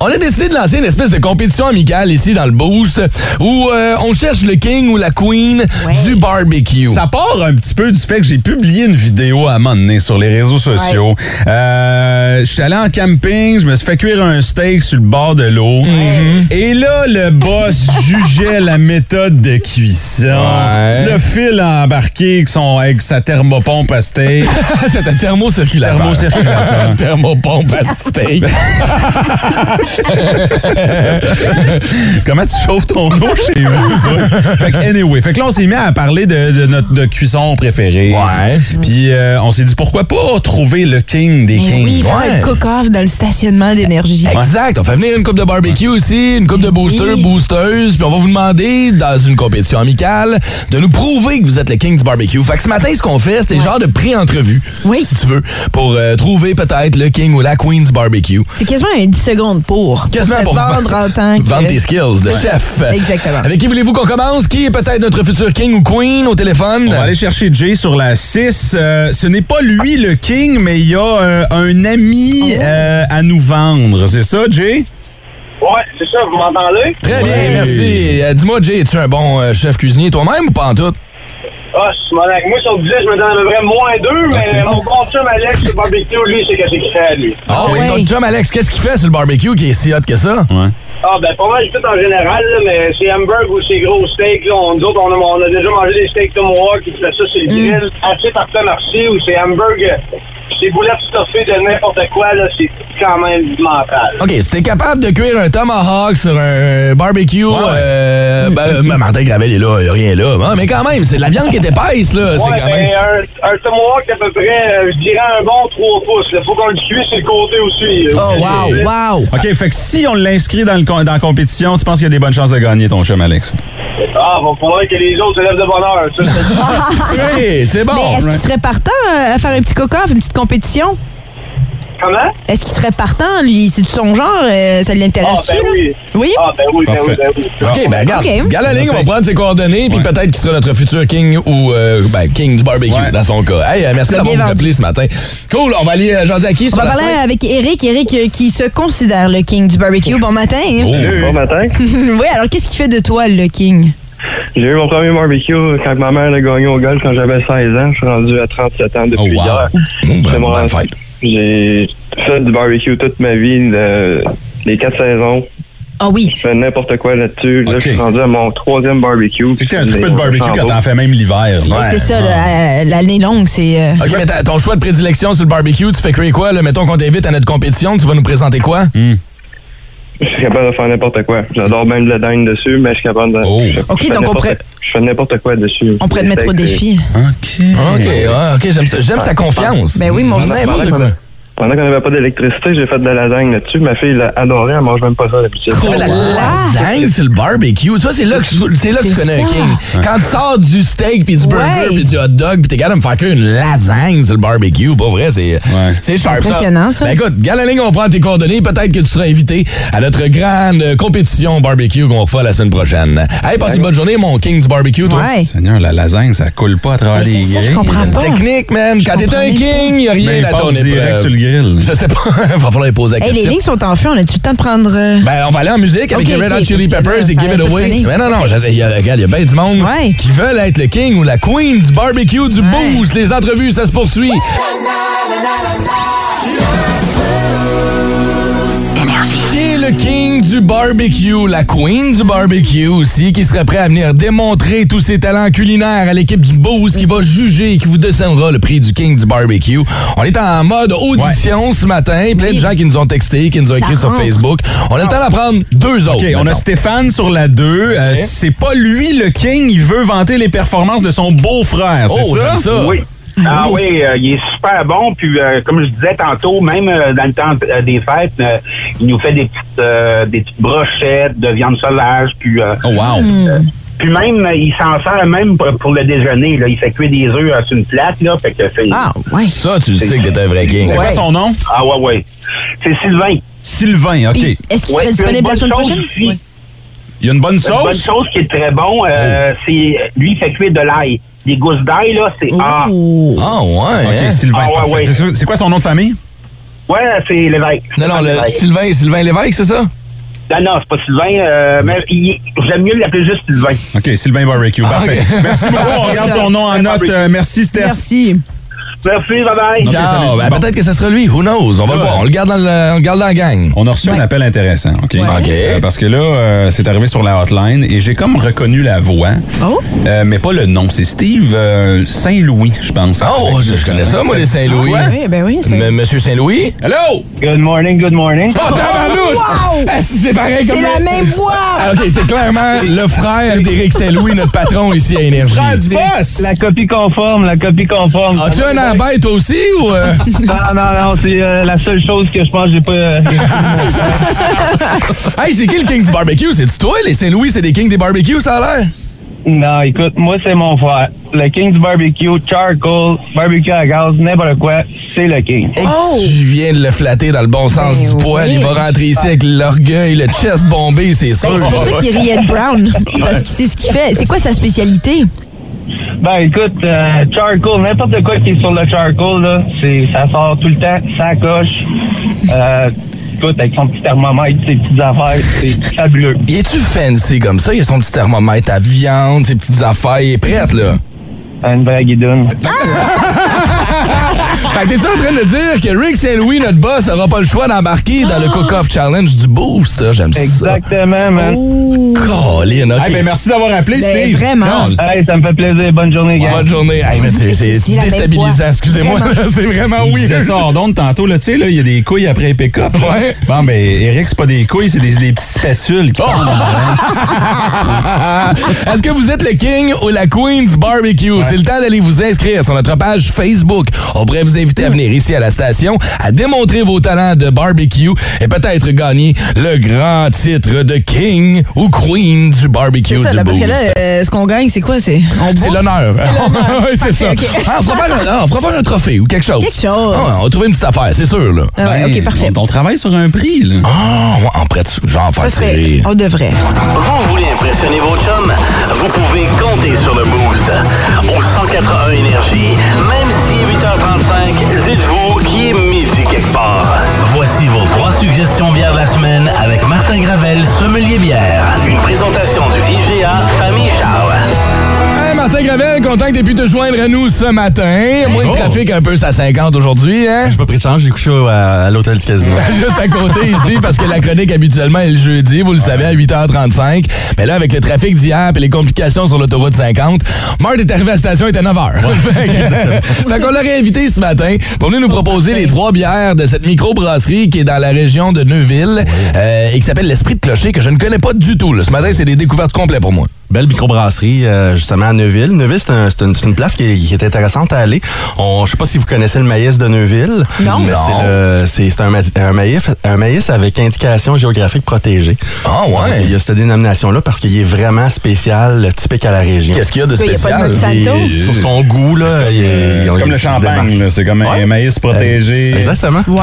S3: On a décidé de lancer une espèce de compétition amicale ici dans le Boost où euh, on cherche le king ou la queen du barbecue.
S4: Ça part un petit peu du fait que j'ai publié une vidéo à un moment donné sur les réseaux sociaux. Euh, je suis allé en camping, je me suis fait cuire un steak sur le bord de l'eau. Et là, le boss jugeait la méthode de cuisson.
S3: Ouais.
S4: Le fil à embarquer avec, son, avec sa thermopompe à steak.
S3: C'est un thermocirculateur.
S4: Thermocirculateur.
S3: Thermopompe à steak.
S4: Comment tu chauffes ton eau chez vous, toi? Fait que, anyway. Fait que là, on s'est mis à parler de, de notre de cuisson préférée.
S3: Ouais.
S4: Puis euh, on s'est dit, pourquoi pas trouver le king des
S6: Mais
S4: kings?
S6: oui,
S3: Ouais.
S6: faire un cook-off dans le stationnement d'énergie.
S3: Exact. On fait venir une coupe de barbecue ici, une coupe de booster, boosters, boosteuses, puis on va vous demander, dans une compétition amicale, de nous prouver que vous êtes le king du barbecue. Fait que ce matin, ce qu'on fait, c'est genre de pré-entrevue,
S6: Oui.
S3: si tu veux, pour euh, trouver peut-être le king ou la queen du barbecue.
S6: C'est quasiment un 10 secondes pour.
S3: Quasiment
S6: se
S3: pour
S6: vendre en tant que.
S3: Vendre tes skills de
S6: Ouais.
S3: chef.
S6: Exactement.
S3: Avec qui voulez-vous qu'on commence? Qui est peut-être notre futur king ou queen au téléphone?
S4: On va aller chercher Jay sur la 6. Euh, ce n'est pas lui le king, mais il y a euh, un ami
S6: Oh.
S4: euh, à nous vendre. C'est ça, Jay?
S9: Ouais, c'est ça, vous m'entendez?
S3: Très bien,
S4: Ouais.
S3: merci. Euh, Dis-moi, Jay, es-tu un bon euh, chef cuisinier toi-même ou pas en tout?
S9: Ah, c'est mon Moi, sur 10, je me donne à peu près moins 2, mais mon bon chum Alex, c'est barbecue, lui, c'est qu'est-ce qu'il fait, à lui.
S3: Ah oui,
S6: ouais.
S3: notre chum Alex, qu'est-ce qu'il fait sur le barbecue qui est si hot que ça?
S4: Ouais.
S9: Ah, ben, pas mal tout en général, là, mais c'est hamburg ou c'est gros steak, là, on, nous autres, on a, on a déjà mangé des steaks tomahawk qui fait ça sur le grill, assez parfait merci, ou c'est hamburg, euh, c'est boulettes stuffées de n'importe quoi, là, c'est quand même mental.
S3: OK, si t'es capable de cuire un tomahawk sur un barbecue,
S4: ouais.
S3: euh, ben, euh, Martin Gravel est là, il a rien là. Hein, mais quand même, c'est de la viande qui est épaisse, là. c'est
S9: Ouais,
S3: quand
S9: ben,
S3: même...
S9: un, un tomahawk à peu près, euh, je dirais un bon 3 pouces, là. Faut qu'on le suive sur le côté aussi. là.
S6: Oh, wow, wow.
S4: OK, fait que si on l'inscrit dans, le con- dans la compétition, tu penses qu'il y a des bonnes chances de gagner ton chum, Alex?
S9: Ah, va falloir que les autres se lèvent de bonne heure, ça, c'est
S3: Oui, c'est bon.
S6: Mais est-ce qu'il
S4: right.
S6: serait partant euh, à faire un petit coca-off, une petite compétition?
S9: Comment?
S6: Est-ce qu'il serait partant, lui? C'est de son genre? euh, ça l'intéresse-tu?
S9: Ah, ben
S6: là?
S9: oui.
S6: Oui?
S9: Ah, ben oui, ben oui, ben oui.
S3: OK, ben regarde,
S6: Ok.
S3: regarde la ligne, on va prendre ses coordonnées, puis peut-être qu'il sera notre futur king ou euh, ben, king du barbecue,
S4: Ouais.
S3: dans son cas. Hey, euh, merci
S6: bien
S3: d'avoir
S6: vendu.
S3: appelé ce matin. Cool, on va aller euh, jaser à qui
S6: On
S3: sur
S6: va
S3: la
S6: parler
S3: scène?
S6: avec Eric. Eric euh, qui se considère le king du barbecue. Bon matin. hein?
S9: Bon matin.
S6: oui, Mm, alors qu'est-ce qui fait de toi le king?
S9: J'ai eu mon premier barbecue quand ma mère l'a gagné au golf quand j'avais 16 ans. Je suis rendu à 37 ans depuis
S4: Oh, wow.
S9: hier.
S3: Mmh, ben,
S9: C'est mon
S3: bonne
S9: rêve.
S3: fête.
S9: J'ai fait du barbecue toute ma vie, de- les quatre saisons.
S6: Ah oui.
S9: Je fais n'importe quoi là-dessus. Là,
S4: Ok.
S9: je suis rendu à mon troisième barbecue.
S4: C'est que t'es un triple de barbecue quand t'en fais même l'hiver. là.
S6: c'est ça, là, euh, l'année longue, c'est. euh,
S3: OK, mais ta- ton choix de prédilection sur le barbecue, tu fais cuire quoi? Là? Mettons qu'on t'invite à notre compétition, tu vas nous présenter quoi?
S6: Hmm.
S9: Je suis capable de faire n'importe quoi. J'adore même de la dingue dessus, mais je suis capable de...
S4: Oh.
S9: je- je
S6: Ok,
S9: fais
S6: donc on
S9: n'importe-
S6: pourrait-
S9: Je fais n'importe quoi dessus.
S6: on
S10: ben,
S6: pourrait te mettre au
S9: Fait que-
S6: défi.
S4: OK.
S3: OK, ouais, OK, j'aime ça. J'aime sa confiance.
S6: Ben oui, moi aussi.
S3: N'importe quoi.
S9: Pendant qu'on n'avait pas d'électricité, j'ai fait de la lasagne là-dessus. Ma fille l'a adoré, elle mange même pas ça d'habitude.
S3: Tu fais la lasagne sur le barbecue. Tu vois, c'est là que, je- c'est là que tu
S6: C'est
S3: connais un
S6: ça.
S3: king. Quand tu sors du steak, puis du burger,
S6: Ouais.
S3: puis du hot dog, puis t'es capable de me faire cuire une lasagne sur le barbecue, pas vrai, c'est c'est sharp.
S6: Impressionnant, ça.
S3: Ben écoute, Galaling, on prend tes coordonnées. Peut-être que tu seras invité à notre grande euh, compétition barbecue qu'on refait la semaine prochaine. Hey, passe une bonne journée, mon king du barbecue, toi.
S6: Ouais.
S4: Seigneur, la lasagne, ça coule pas à travers
S6: Mais
S4: les
S6: c'est ça, je
S4: grilles.
S6: comprends pas.
S3: Technique, man. Quand t'es
S6: comprends
S3: un
S6: même
S3: king, y a
S4: Tu mets
S3: rien
S4: une
S3: à
S4: pâte
S3: ton
S4: direct
S3: épreuve.
S4: sur le grill.
S3: Je sais pas. Va falloir lui poser la
S6: Hey, les
S3: question.
S6: lignes sont en feu, on a-tu le temps de prendre. euh,
S3: Ben, on va aller en musique avec
S6: Ok,
S3: les Red
S6: ok,
S3: Hot Chili
S6: parce que là,
S3: Peppers et
S6: ça
S3: Give It
S6: arrête pas de
S3: Away.
S6: sonner.
S3: Mais non, non, j'essaie- il y a, regarde, il y a bien du monde
S6: Ouais.
S3: qui veulent être le king ou la queen du barbecue, du
S6: Ouais.
S3: boost. Les entrevues, ça se poursuit. Qui est le king du barbecue, la queen du barbecue aussi, qui serait prêt à venir démontrer tous ses talents culinaires à l'équipe du Boost, qui va juger et qui vous descendra le prix du king du barbecue. On est en mode audition ce matin. Plein de gens qui nous ont texté, qui nous
S6: Ça
S3: ont écrit sur
S6: rentre.
S3: Facebook. On a le temps d'en prendre deux autres.
S4: OK, on a
S3: mettons.
S4: Stéphane sur la 2. Euh, c'est pas lui le king, il veut vanter les performances de son beau-frère, c'est
S3: Oh,
S4: ça?
S3: j'aime ça.
S11: Oui. Ah oui, euh, il est super bon. Puis euh, comme je disais tantôt, même euh, dans le temps euh, des fêtes, euh, il nous fait des petites, euh, des petites brochettes de viande sauvage. Puis, euh,
S4: Oh wow.
S11: puis même, euh, il s'en sert même pour, pour le déjeuner. Là. Il fait cuire des œufs euh, sur une plate. Là, fait que c'est-
S6: Ah, ouais.
S3: Ça, tu le sais que t'es un vrai king.
S4: C'est quoi
S11: Ouais.
S4: son nom?
S11: Ah ouais, ouais. C'est Sylvain.
S4: Sylvain, OK.
S6: Puis, Est-ce qu'il serait
S11: Ouais, puis une
S6: disponible la
S11: bonne
S6: semaine
S11: chose
S6: prochaine?
S11: aussi.
S6: Ouais.
S4: Il y a une bonne
S11: Une bonne
S4: sauce? Oh.
S11: chose qui est très bon, euh, c'est lui, il fait cuire de l'ail. Des gousses d'ail, là, c'est... Ah,
S6: Oh.
S3: Ah ouais.
S4: OK,
S3: hein?
S4: Sylvain,
S11: Ah, ouais,
S4: parfait.
S11: ouais.
S4: C'est- C'est quoi son nom de famille?
S11: ouais, c'est l'évêque.
S3: Non, non, le,
S11: L'évêque.
S3: Sylvain, Sylvain Lévesque, c'est ça?
S11: Non, non, c'est pas Sylvain, euh, mais il- j'aime mieux l'appeler juste Sylvain.
S4: OK, Sylvain Barbecue, parfait.
S3: Ah, OK.
S4: Merci beaucoup, on regarde son nom en note. Euh, merci, Steph.
S6: Merci.
S11: Merci, bye-bye.
S3: Ciao.
S4: salut.
S3: Ben,
S4: Bon.
S3: Peut-être que ce sera lui. Who knows? On va le
S4: Ouais.
S3: voir. On le garde dans, le- on le garde dans la gang.
S4: On a reçu un appel intéressant, OK?
S3: OK.
S4: Euh, parce que là, euh, c'est arrivé sur la hotline et j'ai comme reconnu la voix,
S6: Oh.
S4: Euh, mais pas le nom. C'est Steve euh, Saint-Louis, je pense.
S3: Oh, je, je connais ça, moi, les Saint-Louis.
S6: Ah oui, ben oui. c'est-
S3: M- Monsieur Saint-Louis?
S4: Hello!
S9: Good morning, good morning.
S3: Oh, tabarnouche! Ah, si c'est pareil comme
S6: C'est la
S3: le-
S6: même voix!
S3: Ah, OK, c'est clairement le frère d'Éric Saint-Louis, notre patron ici à Énergie.
S4: Frère du boss!
S9: La copie conforme, la copie conforme.
S3: As-tu un la bête, toi aussi, ou... euh?
S8: Non, non, non, c'est euh, la seule chose que je pense que j'ai pas. euh,
S3: hey, c'est qui le king du barbecue? C'est-tu toi? Les Saint-Louis, c'est des kings des barbecues, ça a l'air?
S8: non, écoute, moi, c'est mon frère. Le king du barbecue, charcoal, barbecue à gaz, n'importe quoi, c'est le
S6: Oh!
S8: king.
S3: Et Tu viens de le flatter dans le
S6: Ben
S3: bon sens du poil. Il va rentrer ici avec l'orgueil, le chest bombé, c'est sûr.
S6: Ben, c'est pour ça qu'il riait de Brown. Parce que c'est ce qu'il fait. C'est quoi sa spécialité?
S8: Ben écoute, euh, charcoal, n'importe quoi qui est sur le charcoal, là, c'est, ça sort tout le temps, ça coche. Euh, écoute, avec son petit thermomètre, ses petites affaires, c'est fabuleux.
S3: Il est-tu fancy comme ça? Il a son petit thermomètre à viande, ses petites affaires. Il est prête, là.
S8: Une vraie guidonne.
S3: fait que t'es-tu en train de dire que Rick Saint-Louis, notre boss, aura pas le choix d'embarquer dans le cook-off challenge du Boost? hein? J'aime ça.
S8: Exactement, man.
S12: Oh.
S3: Colin, ok.
S4: Hey, ben, merci d'avoir appelé,
S3: Ben,
S4: Steve.
S3: vraiment.
S4: Non,
S8: Hey, ça me fait plaisir. Bonne journée, gars.
S3: Bonne journée. Hey, mais c'est- c'est
S8: C'est la belle
S3: déstabilisant,
S8: voix.
S3: excusez-moi.
S8: Vraiment.
S3: C'est vraiment oui.
S4: C'est ça, hors d'onde tantôt, là, tu sais, là, il y a des couilles après les pick-up. Ouais. Bon, ben, Eric, c'est pas des couilles, c'est des, des petites spatules. qui pendent dans
S3: Est-ce que vous êtes le king ou la queen du barbecue? C'est le temps d'aller vous inscrire sur notre page Facebook. On pourrait vous inviter à venir ici à la station, à démontrer vos talents de barbecue et peut-être gagner le grand titre de king ou queen du barbecue
S6: C'est ça,
S3: du
S6: là, parce
S3: Boost.
S6: que là, euh, ce qu'on gagne, c'est quoi? C'est on
S3: C'est
S6: bouffe?
S3: l'honneur. Oui, c'est ça.
S6: Parfait, ok.
S3: Ah, on, pourrait faire un, ah, on pourrait faire un trophée ou quelque chose.
S6: Quelque chose.
S3: Ah, on va trouver une petite affaire, c'est sûr. Là.
S6: Ah ouais,
S3: Ben,
S6: ok, parfait.
S4: On travaille sur un prix, là.
S3: Ah, ouais, en prêt, j'en
S6: Ça
S3: fais
S6: serait-
S3: tirer.
S6: on devrait.
S13: Vous voulez impressionner vos chums? Vous pouvez compter sur le Boost. Au 181 Énergie, même si 8h35, dites-vous qu'il est midi quelque part. Voici vos trois suggestions bières de la semaine avec Martin Gravel, sommelier bière. Une présentation du IGA Famille Charles.
S3: Hey, Martin Gravel, content que t'aies pu te joindre à nous ce matin. Moins de
S14: Oh.
S3: trafic un peu, ça 50 aujourd'hui, hein?
S14: J'ai pas pris de chance, j'ai couché au- à, à l'hôtel du casino.
S3: Juste à côté ici, parce que la chronique habituellement est le jeudi, vous le savez, à 8h35. Mais là, avec le trafic d'hier et les complications sur l'autoroute 50, Mart est arrivé à la station, il était 9h. fait qu'on l'a réinvité ce matin pour venir nous proposer les trois bières de cette microbrasserie qui est dans la région de Neuville euh, et qui s'appelle l'Esprit de Clocher, que je ne connais pas du tout. là. Ce matin, c'est des découvertes complètes pour moi.
S14: Belle microbrasserie, euh, justement, à Neuville. Neuville, c'est un- c'est une, c'est une place qui est, qui est intéressante à aller. On- Je sais pas si vous connaissez le maïs de Neuville.
S6: Non.
S14: Mais
S6: Non.
S14: c'est le- c'est c'est un, ma- un maïs, un maïs avec indication géographique protégée.
S3: Ah ouais?
S14: Il y a cette dénomination-là parce qu'il est vraiment spécial, typique à la région.
S3: Qu'est-ce qu'il y a de
S6: Il y a pas de
S3: spécial?
S6: Monsanto?
S14: Et Sur son goût, là, il-
S4: C'est
S14: on-
S4: comme le
S14: il-
S4: champagne, là. C'est comme un maïs protégé.
S14: Exactement.
S6: Wow!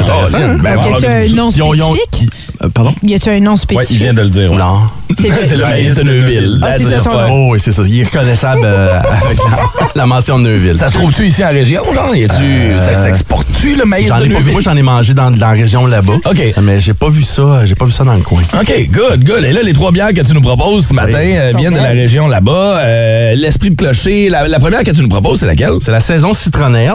S4: Intéressant.
S3: Oh,
S4: Ben,
S6: y a-tu un nom
S14: Ils ont- ils ont-
S6: spécifique?
S14: Euh, Pardon?
S6: Y a-tu un nom
S4: Ouais, il
S6: spécifique?
S4: vient de le dire. ouais.
S14: Non.
S6: C'est le-
S3: C'est le maïs de Neuville.
S6: Ah, c'est ça, son nom.
S14: Oh, oui, c'est ça. Il est reconnaissable euh, avec la, la mention de Neuville.
S3: Ça se trouve-tu ici en région, genre? Y a-tu,
S13: Euh,
S3: ça s'exporte-tu, le maïs
S14: J'en
S3: de
S14: ai pas vu.
S3: Neuville?
S14: Moi, j'en ai mangé dans, dans la région là-bas.
S3: OK.
S14: Mais j'ai pas vu ça. J'ai pas vu ça dans le coin.
S3: OK, good, good. Et là, les trois bières que tu nous proposes ce matin euh, viennent de la région là-bas. Euh, L'esprit de clocher, la, la première que tu nous proposes, c'est laquelle?
S14: C'est la saison citronnelle,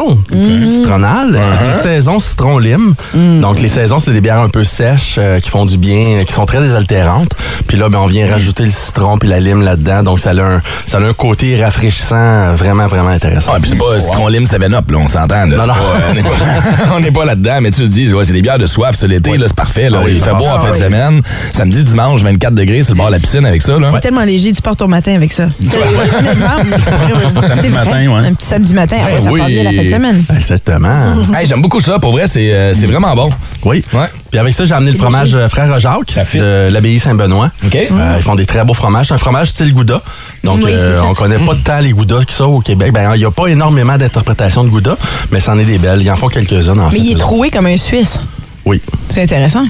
S14: citronale, c'est la saison citron-lime. Donc, les saisons, c'est des bières un peu sèches euh, qui font du bien, euh, qui sont très désaltérantes. Puis là, ben, on vient rajouter le citron puis la lime là-dedans. Donc, ça a un, ça a un côté rafraîchissant euh, vraiment, vraiment intéressant.
S3: Ah, puis c'est pas citron lime 7 up, là, on s'entend. là.
S14: Non,
S3: C'est
S14: non.
S3: pas- on n'est pas- on n'est pas, là-dedans, mais tu le dis, ouais, c'est des bières de soif ce l'été, là, c'est parfait. Là,
S14: Ah oui,
S3: il
S14: ça
S3: fait beau
S14: passe.
S3: en fin
S14: Ah
S3: de
S14: oui.
S3: semaine. Samedi, dimanche, 24 degrés sur le bord de la piscine avec ça. Là.
S6: C'est tellement léger, tu pars ton matin avec ça. C'est- honnêtement,
S4: Samedi
S6: c'est vrai.
S4: matin, ouais.
S6: Un petit samedi matin, après
S3: Ben
S6: ça part
S3: oui.
S6: bien la fin de semaine.
S14: Exactement.
S3: Hey, J'aime beaucoup ça, pour vrai, c'est euh, c'est vraiment bon.
S14: Oui.
S3: Ouais.
S14: Puis avec ça, j'ai amené le fromage euh, Frère Jacques
S3: Ça fit.
S14: de l'abbaye Saint-Benoît.
S3: OK.
S14: Euh, ils font des très beaux fromages. C'est un fromage style Gouda. Donc,
S6: Ah. Oui, c'est
S14: euh,
S6: ça.
S14: on connaît pas tant les Gouda qui sont au Québec. Ben, il n'y a pas énormément d'interprétations de Gouda, mais c'en est des belles. Ils en font quelques-unes, en
S6: Mais
S14: fait,
S6: il est
S14: eux
S6: troué comme un Suisse.
S14: autres. Oui.
S6: C'est intéressant.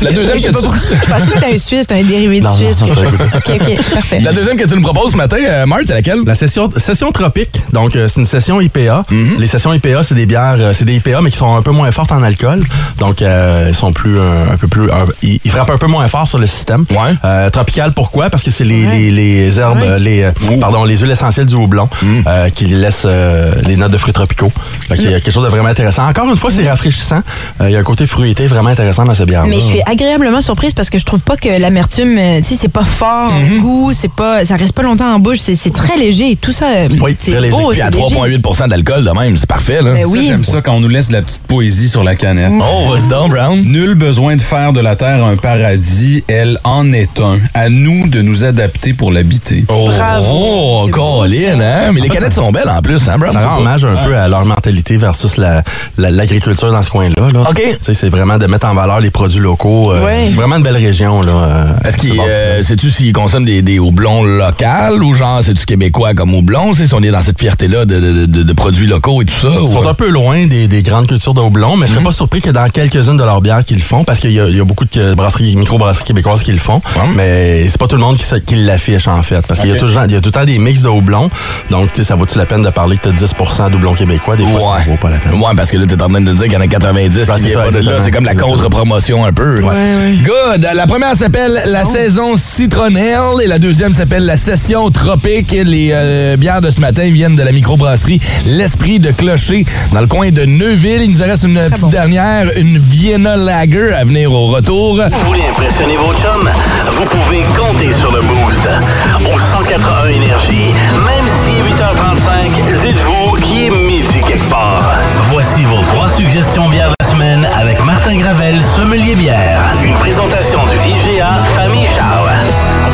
S3: La deuxième
S6: Je
S3: que
S6: sais pas
S3: tu-
S6: pourquoi. Je pensais que c'était un Suisse, c'était un dérivé de
S14: Non, non,
S6: Suisse.
S14: non,
S6: quelque
S14: c'est
S6: chose.
S14: un
S6: OK, OK, parfait.
S3: la deuxième que tu nous proposes ce matin, euh, Marthe, c'est laquelle?
S14: La session, session tropique, donc euh, c'est une session IPA. Les sessions IPA, c'est des bières, euh, c'est des IPA, mais qui sont un peu moins fortes en alcool. Donc, euh, ils sont plus, euh, un peu plus, un- ils, ils frappent un peu moins fort sur le système.
S3: Ouais.
S14: Euh, tropical, pourquoi? Parce que c'est les,
S6: Ouais.
S14: les, les herbes, euh, les, euh, pardon, les huiles essentielles du houblon euh, qui laissent euh, les notes de fruits tropicaux. Fait qu'il y a quelque chose de vraiment intéressant. Encore une fois, c'est rafraîchissant. Euh, Il y a un côté fruité vraiment intéressant dans cette
S4: Ah
S14: bière.
S6: Mais je suis agréablement surprise parce que je trouve pas que l'amertume, euh, tu sais, c'est pas fort en goût, c'est pas, ça reste pas longtemps en bouche, c'est- c'est très léger. Tout ça, euh, c'est beau,
S3: Puis
S6: c'est
S3: à
S6: léger.
S3: 3,8 d'alcool de même, c'est parfait. Là.
S6: Ben
S4: Ça,
S6: oui.
S4: j'aime ça quand on nous laisse de la petite poésie sur la canette.
S3: Oh, vas-y donc, Brown.
S4: Nul besoin de faire de la Terre un paradis, elle en est un. À nous de nous adapter pour l'habiter.
S3: Oh, oh Colin, hein? Mais les canettes sont belles en plus, hein, Brown?
S14: Ça rend hommage un peu à leur mentalité versus la- la- l'agriculture dans ce coin-là. là.
S3: OK.
S14: Tu sais, C'est vraiment de mettre en valeur les produits locaux. euh,
S3: Ouais.
S14: C'est vraiment une belle région. là. euh,
S3: Est-ce qu'il,
S14: ce bord-
S3: euh, sais-tu s'ils consomment des, des houblons locaux ou genre, c'est-tu québécois comme houblon? Tu sais, Si on est dans cette fierté-là de, de- de- de produits locaux et tout ça?
S14: Ils
S3: ou-
S14: sont un peu loin des, des grandes cultures de houblon, mais je serais
S3: Mhm.
S14: pas surpris que dans quelques-unes de leurs bières qu'ils le font, parce qu'il y, a- il y a beaucoup de brasseries, micro-brasseries québécoises qui le font, mais c'est pas tout le monde qui, sa- qui l'affiche, en fait. Parce qu'il y, a
S4: Ok.
S14: tout le genre- il y a tout le temps des mix de houblon, donc tu sais, ça vaut-tu la peine de parler que t'as 10 d'houblon québécois? Des fois, ça vaut pas la peine.
S3: Ouais, parce que là, t'es en train de dire qu'il y en a 90
S14: Ouais,
S3: qui
S14: c'est
S3: viennent
S14: ça,
S3: pas de là.
S14: exactement.
S3: C'est comme la
S14: Exactement.
S3: contre-promotion un peu. Good. La première s'appelle la saison citronnelle et la deuxième s'appelle la session tropique. Les euh, bières de ce matin viennent de la microbrasserie L'Esprit de Clocher dans le coin de Neuville. Il nous reste une petite dernière, une Vienna Lager à venir au retour.
S13: Vous voulez impressionner vos chums? Vous pouvez compter sur le boost. Au 181 Énergie, même si 8h35, dites-vous qu'il est midi quelque part. Voici vos trois suggestions bières de la semaine avec Martin Gravel, sommelier bière. Une présentation du IGA Famille Charles.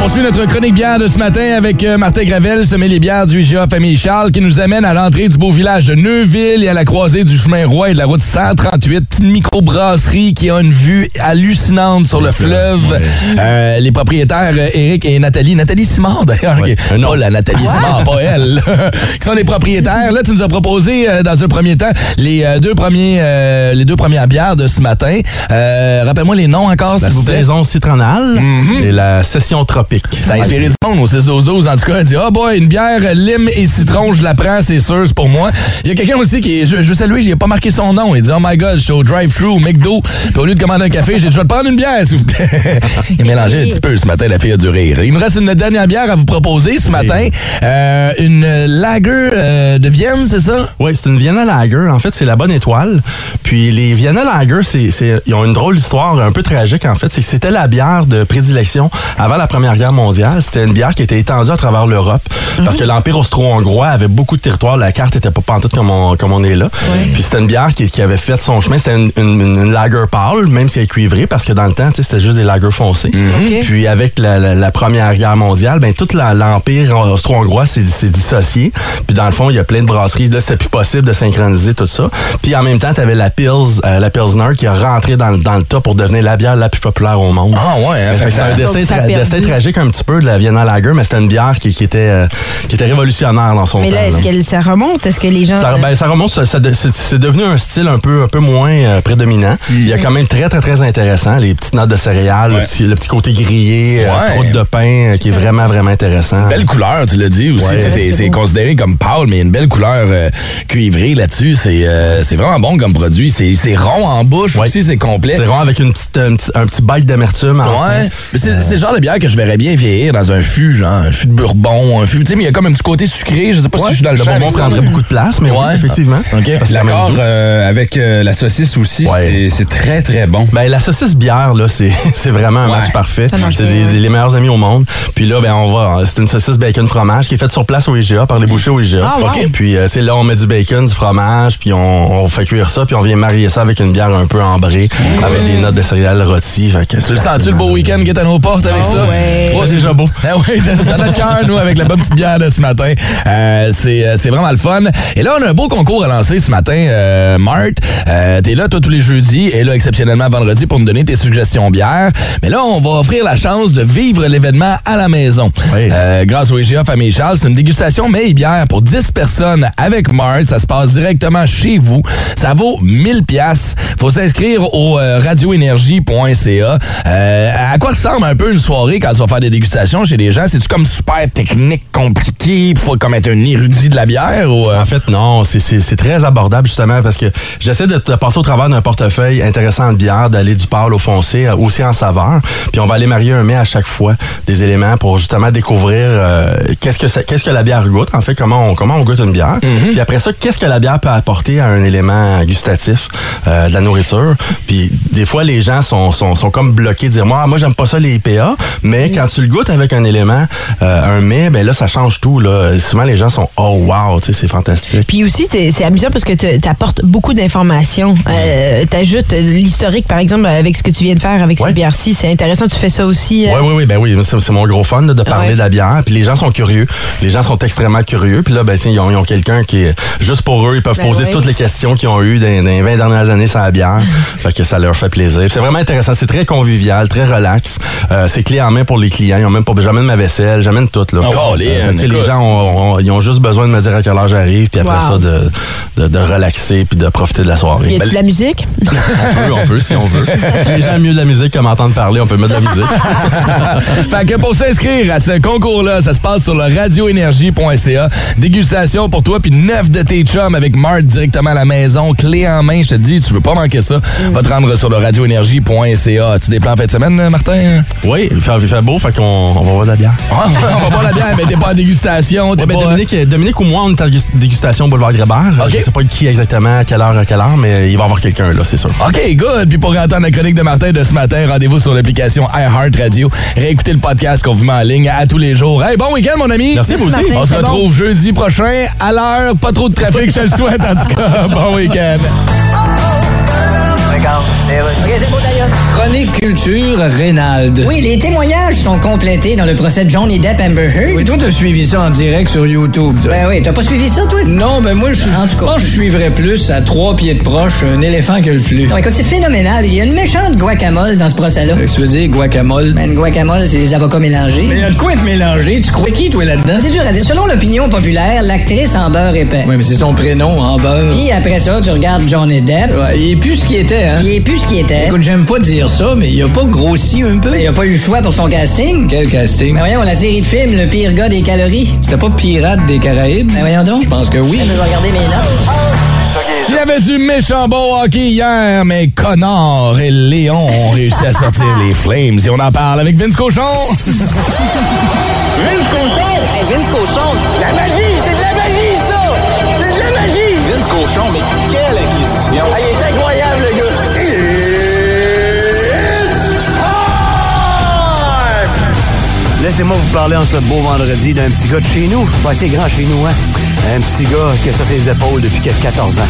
S3: On poursuit notre chronique bière de ce matin avec euh, Martin Gravel, semé les bières du IGA Famille Charles, qui nous amène à l'entrée du beau village de Neuville et à la croisée du chemin roi et de la route 138. Petite microbrasserie qui a une vue hallucinante sur le fleuve. Euh, les propriétaires, euh, Eric et Nathalie, Nathalie Simard d'ailleurs, qui- pas la Nathalie Simard, pas elle, là, qui sont les propriétaires. Là, tu nous as proposé euh, dans un premier temps les, euh, deux, premiers, euh, les deux premières bières de ce matin. Euh, Rappelle-moi les noms encore,
S14: La
S3: s'il vous plaît. Mhm.
S14: saison citronnale et la session tropique.
S3: Ça a inspiré du monde au 6 aux 12. En tout cas, elle dit Ah, boy, une bière euh, lime et citron, je la prends, c'est sûr, c'est pour moi. Il y a quelqu'un aussi qui, est- je, je veux saluer, j'ai pas marqué son nom. Il dit Oh my god, je suis au drive-thru, au McDo. Puis au lieu de commander un café, j'ai dit Je vais te prendre une bière, s'il vous plaît. Il mélangeait un petit peu ce matin, la fille a du rire. Il me reste une dernière bière à vous proposer ce matin. Euh, une lager euh, de Vienne, c'est ça
S14: Oui, c'est une Vienna Lager. En fait, c'est la bonne étoile. Puis les Vienna Lager, c'est, c'est- ils ont une drôle d'histoire, un peu tragique en fait. C'est que c'était la bière de prédilection avant la Première Guerre mondiale. C'était une bière qui était étendue à travers l'Europe parce que l'Empire austro-hongrois avait beaucoup de territoires. La carte était pas pantoute comme on, comme on est là. Puis c'était une bière qui, qui avait fait son chemin. C'était une, une, une- une lager pâle, même si elle est cuivrée, parce que dans le temps, tu sais, c'était juste des lagers foncés.
S3: Mm-hmm.
S14: Puis avec la, la- la Première Guerre mondiale, ben tout la- l'Empire austro-hongrois s'est s'est dissocié. Puis dans le fond, il y a plein de brasseries. Là, c'était plus possible de synchroniser tout ça. Puis en même temps, tu avais la Pils, euh, la Pilsner qui a rentré dans, le- dans le tas pour devenir la bière la plus populaire au monde.
S3: Ah ouais, hein,
S14: Ben,
S3: fait
S14: fait
S3: que
S14: que c'est
S3: ça-
S14: un destin,
S3: Donc, ça a
S14: tra-
S3: perdu.
S14: destin tragique un petit peu de la Vienna Lager, mais c'était une bière qui, qui était, euh, qui était révolutionnaire dans son
S6: Mais
S14: temps.
S6: là, est-ce
S14: là.
S6: que ça remonte? Est-ce que les gens.
S3: Ah,
S6: euh,
S14: Ça, ben, ça remonte, ça- ça de- c'est c'est devenu un style un peu, un peu moins euh, prédominant.
S3: Mm.
S14: Il y a quand même très, très, très intéressant. Les petites notes de céréales, le, petit, le petit côté grillé, euh,
S3: Ouais. Ben,
S14: croûte de pain, euh, qui est vraiment, vraiment intéressant.
S3: Belle couleur, tu l'as dit aussi.
S14: Ouais.
S3: Tu sais, c'est- C'est considéré comme pâle, mais une belle couleur euh, cuivrée là-dessus. C'est euh, c'est vraiment bon comme produit. C'est c'est rond en bouche aussi, c'est complet.
S14: C'est rond avec une petite, euh, une petite- un petit bite d'amertume. en
S3: Ouais,
S14: fait.
S3: mais c'est c'est le genre de bière que je verrais bien vieillir dans un fût, genre un fût de bourbon, un fût. Tu sais, mais il y a comme un petit côté sucré. Je sais pas si je suis dans le,
S14: Le
S3: champ
S14: bonbon
S3: avec ça,
S14: prendrait
S3: là.
S14: beaucoup de place, mais oui,
S3: Ouais.
S14: effectivement.
S3: Ah, OK.
S14: Parce que la même
S4: L'accord
S14: goût.
S4: euh, avec euh, la saucisse aussi, c'est- c'est très, très bon.
S14: Ben, la saucisse bière, là, c'est c'est vraiment un match parfait. C'est des- des- les meilleurs amis au monde. Puis là, ben, on va. C'est une saucisse bacon fromage qui est faite sur place au IGA, par les
S3: Mm.
S14: bouchers au IGA.
S6: Ah, wow. OK.
S14: Puis, euh, tu sais, là, on met du bacon, du fromage, puis on, on fait cuire ça, puis on vient marier ça avec une bière un peu ambrée, avec des notes de céréales rôties. Fait que
S3: Mm. Tu le sens-tu le beau week-end qui est à nos portes avec ça? Trois,
S14: C'est déjà beau.
S3: Ah Oh, oui, dans dans notre cœur, nous, avec la bonne petite bière de ce matin. Euh, c'est, euh, c'est vraiment le fun. Et là, on a un beau concours à lancer ce matin, euh, Mart. Euh, T'es là, toi, tous les jeudis, et là, exceptionnellement, vendredi, pour nous donner tes suggestions bières. Mais là, on va offrir la chance de vivre l'événement à la maison. Euh, grâce au IGA Famille Charles, c'est une dégustation mais et bière pour 10 personnes avec Mart. Ça se passe directement chez vous. Ça vaut 1000 pièces. Faut s'inscrire au euh, radioénergie.ca. Euh, à quoi ressemble un peu une soirée quand tu vas faire des dégustation chez les gens? C'est-tu comme super technique, compliqué? Faut comme être un érudit de la bière? Ou... euh?
S14: En fait, non. C'est- C'est c'est très abordable, justement, parce que j'essaie de, de passer au travers d'un portefeuille intéressant de bière, d'aller du pâle au foncé, euh, aussi en saveur. Puis on va aller marier un mets à chaque fois, des éléments pour justement découvrir euh, qu'est-ce que ça- qu'est-ce que la bière goûte, en fait, comment on, comment on goûte une bière. Puis après ça, qu'est-ce que la bière peut apporter à un élément gustatif euh, de la nourriture. Puis des fois, les gens sont, sont, sont comme bloqués, de dire moi, moi j'aime pas ça les IPA, mais quand tu le goûtes avec un élément, euh, un mets, ben là, ça change tout. Là. Souvent, les gens sont oh wow, tu sais, c'est fantastique.
S6: Puis aussi, c'est c'est amusant parce que tu apportes beaucoup d'informations. tu ajoutes l'historique, par exemple, avec ce que tu viens de faire avec cette bière-ci. C'est intéressant, tu fais ça aussi. euh,
S14: Oui, oui, oui, ben oui, c'est c'est mon gros fun là, de parler de la bière. Puis les gens sont curieux. Les gens sont extrêmement curieux. Puis là, ben, tu sais, ils ont, ils ont quelqu'un qui est juste pour eux. Ils peuvent
S6: Ben
S14: poser
S6: oui.
S14: toutes les questions qu'ils ont eues dans, dans les 20 dernières années sur la bière. fait que ça leur fait plaisir. Puis C'est vraiment intéressant. C'est très convivial, très relax. Euh, c'est clé en main pour les clients. Ils ont même pas, j'amène ma vaisselle, j'amène tout, là.
S3: Ah,
S14: Euh,
S3: Colin,
S14: tu sais, les
S3: écoute.
S14: gens, ont, ont- ils ont juste besoin de me dire à quelle heure j'arrive. Puis après
S6: Wow.
S14: ça, de, de, de relaxer puis de profiter de la soirée.
S6: Y a
S14: Ben,
S6: de la musique?
S14: on peut, on peut, si on veut. si les gens aiment mieux de la musique que m'entendre parler, on peut mettre de la musique.
S3: fait que pour s'inscrire à ce concours-là, ça se passe sur le radioénergie.ca. Dégustation pour toi, puis neuf de tes chums avec Mart directement à la maison, clé en main. Je te dis, tu veux pas manquer ça. Va te rendre sur le radioénergie.ca. Tu des plans en fin de semaine, Martin?
S14: Oui, il fait, il fait beau, fait qu'on on va boire de la bière.
S3: Ah, on va boire la bière, mais t'es pas en dégustation. t'es
S14: Ouais, Eh ben,
S3: pas- hein?
S14: Dominique, euh, Dominique ou moi, on est en dégus- dégustation au boulevard Grébert. Je sais pas qui exactement, à quelle heure, à quelle heure, mais il va y avoir quelqu'un, là, c'est sûr.
S3: OK, good. Puis pour entendre la chronique de Martin de ce matin, rendez-vous sur l'application iHeartRadio. Réécoutez le podcast qu'on vous met en ligne à tous les jours. Hey, bon week-end, mon ami.
S14: Merci, vous Merci, aussi. Martin,
S3: On se
S14: c'est bon.
S3: retrouve jeudi prochain à l'heure. Pas trop de trafic, je te le souhaite, en tout cas. Bon week-end.
S15: Chronique culture, Reynald.
S10: Oui, les témoignages sont complétés dans le procès de Johnny Depp Amber Heard.
S15: Oui, toi, t'as suivi ça en direct sur YouTube. toi.
S10: Ben oui, t'as pas suivi ça, toi?
S15: Non, ben moi, je
S10: En
S15: je
S10: tout cas.
S15: pense que je suivrais plus à trois pieds de proche un éléphant que le flux.
S10: Non, écoute, c'est phénoménal. Il y a une méchante guacamole dans ce procès-là.
S1: Euh,
S15: Fait que tu veux dire guacamole?
S10: Ben, une guacamole, c'est des avocats mélangés. Ben,
S15: Mais il y a de quoi être mélangé. Tu crois qui, toi, là-dedans?
S10: C'est dur à dire. Selon l'opinion populaire, l'actrice en beurre épais.
S15: Oui, mais c'est son prénom, en beurre.
S10: Puis après ça, tu regardes Johnny Depp.
S15: Ouais, il est plus ce qu'il était, hein?
S10: Il est plus ce qu'il était.
S15: Écoute, j'aime pas dire ça, mais il a pas grossi un peu.
S10: Ben, il a pas eu le choix pour son casting.
S15: Quel casting?
S10: Ben voyons, la série de films, le pire gars des calories.
S15: C'était pas Pirate des Caraïbes?
S10: Ben voyons donc.
S15: Je pense que oui.
S10: Je vais regarder mes notes.
S3: Il y avait du méchant bon hockey hier, mais Connor et Léon ont réussi à sortir les Flames. Et on en parle avec Vince Cochon.
S8: Vince Cochon! Vince Cochon! La magie! C'est de la magie, ça! C'est de la magie! Vince Cochon, mais quelle acquisition! il est incroyable, le gars!
S16: Laissez-moi vous parler en ce beau vendredi d'un petit gars de chez nous. Ben, c'est grand chez nous, hein? Un petit gars qui a sur ses épaules depuis qu'il a 14 ans.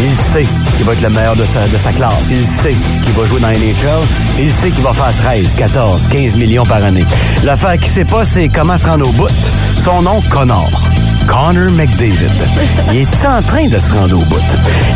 S16: Il sait qu'il va être le meilleur de sa, de sa classe. Il sait qu'il va jouer dans les NHL. Il sait qu'il va faire 13, 14, 15 millions par année. L'affaire qu'il sait pas, c'est comment se rendre au bout. Son nom, Connor. Connor McDavid. Il est en train de se rendre au bout.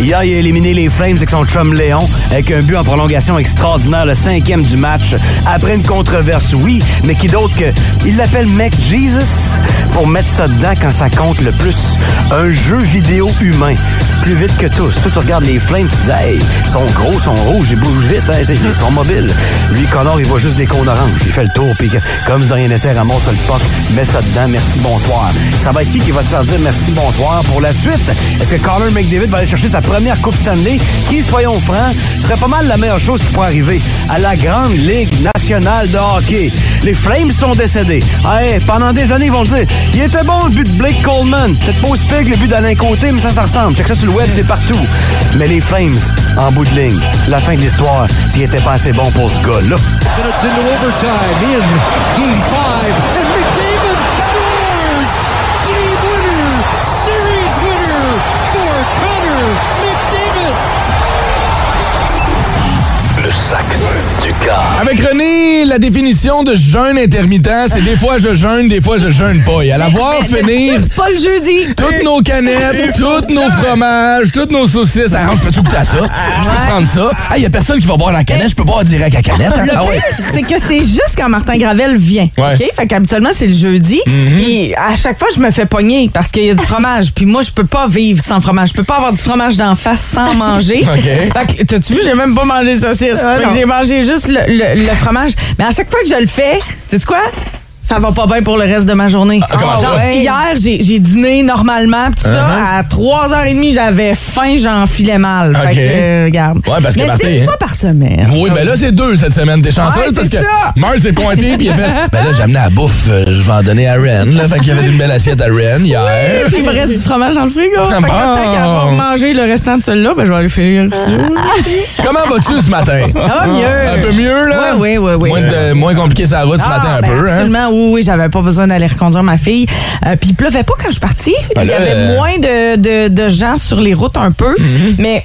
S16: Hier, il a éliminé les Flames avec son chum Léon, avec un but en prolongation extraordinaire, le cinquième du match, après une controverse, oui, mais qui d'autre que... Il l'appelle Mac Jesus pour mettre ça dedans quand ça compte le plus. Un jeu vidéo humain. Plus vite que tous. Toi, tu regardes les Flames, tu te dis, hey, ils sont gros, ils sont rouges, ils bougent vite, hein, c'est- ils sont mobiles. Lui, Connor, il voit juste des cônes oranges. Il fait le tour, puis comme si de rien n'était, ramasse le puck, met ça dedans, merci, bonsoir. Ça va être qui qui va se faire dire merci, bonsoir pour la suite? Est-ce que Connor McDavid va aller chercher sa première Coupe Stanley, qui, soyons francs, serait pas mal la meilleure chose qui pourrait arriver à la Grande Ligue nationale de hockey? Les Flames sont décédés. Hey, pendant des années, ils vont le dire. Il était bon le but de Blake Coleman. Peut-être pas aussi pire que le but d'Alain Côté, mais ça, ça ressemble. Check ça sur le web, c'est partout. Mais les Flames, en bout de ligne, la fin de l'histoire, s'il était pas assez bon pour ce gars-là.
S17: Minutes into overtime in game five, and McDavid scores! Game winner, series winner for Connor McDavid!
S13: Le sac du car.
S3: Avec René, la définition de jeûne intermittent, c'est des fois je jeûne, des fois je jeûne pas. Et à la voir finir.
S6: pas le jeudi.
S3: Toutes nos canettes, tous nos fromages, toutes nos saucisses. Ah, je peux-tu goûter à ça? Je peux prendre ça? Ah, il y a personne qui va boire la canette. Je peux boire direct à canette. hein?
S6: Le
S3: Ah ouais.
S6: pire, c'est que c'est juste quand Martin Gravel vient.
S3: Ouais. Mm-hmm.
S6: OK? Fait qu'habituellement, c'est le jeudi. Et à chaque fois, je me fais pogner parce qu'il y a du fromage. Puis moi, je peux pas vivre sans fromage. Je peux pas avoir du fromage d'en face sans manger.
S18: OK.
S6: Fait que, t'as-tu vu, j'ai même pas mangé de saucisse.
S18: Ah,
S6: Fait que
S18: non.
S6: j'ai mangé juste le, le- le fromage. Mais à chaque fois que je le fais, sais-tu quoi?
S18: Ça va pas bien pour le reste de ma journée.
S3: Ah, comment ça?
S18: Genre, hier, j'ai j'ai dîné normalement, pis tout
S3: Uh-huh.
S18: ça. À 3h30, j'avais faim, j'en filais mal. Fait
S3: OK.
S18: que, euh, regarde.
S3: Ouais, parce que
S18: Mais
S3: Martin,
S18: c'est une
S3: hein.
S18: fois par semaine.
S3: Oui, ben là, c'est deux cette semaine. T'es chanceuse
S18: Ouais,
S3: parce
S18: c'est
S3: que
S18: ça.
S3: Mars s'est pointé puis il a fait Ben là, j'ai amené à la bouffe, euh, je vais en donner à Ren. Là. Fait qu'il y avait une belle assiette à Ren hier.
S18: Puis il me reste du fromage dans le frigo. Fait que
S3: Ah, bon.
S18: tant qu'à avoir mangé le restant de celui-là, ben je vais aller finir dessus.
S3: Comment vas-tu ce matin?
S18: Ça va mieux.
S3: Un peu mieux, là?
S18: Oui, oui, oui. oui.
S3: Moins, de- moins compliqué sur la route ce
S18: Ah,
S3: matin, un
S18: ben
S3: peu. Hein?
S18: Absolument, oui, oui, j'avais pas besoin d'aller reconduire ma fille. Euh, Puis il pleuvait pas quand je suis partie.
S3: Ben
S18: il y
S3: là,
S18: avait
S3: euh, Mhm.
S18: moins de, de- de gens sur les routes un peu, mais.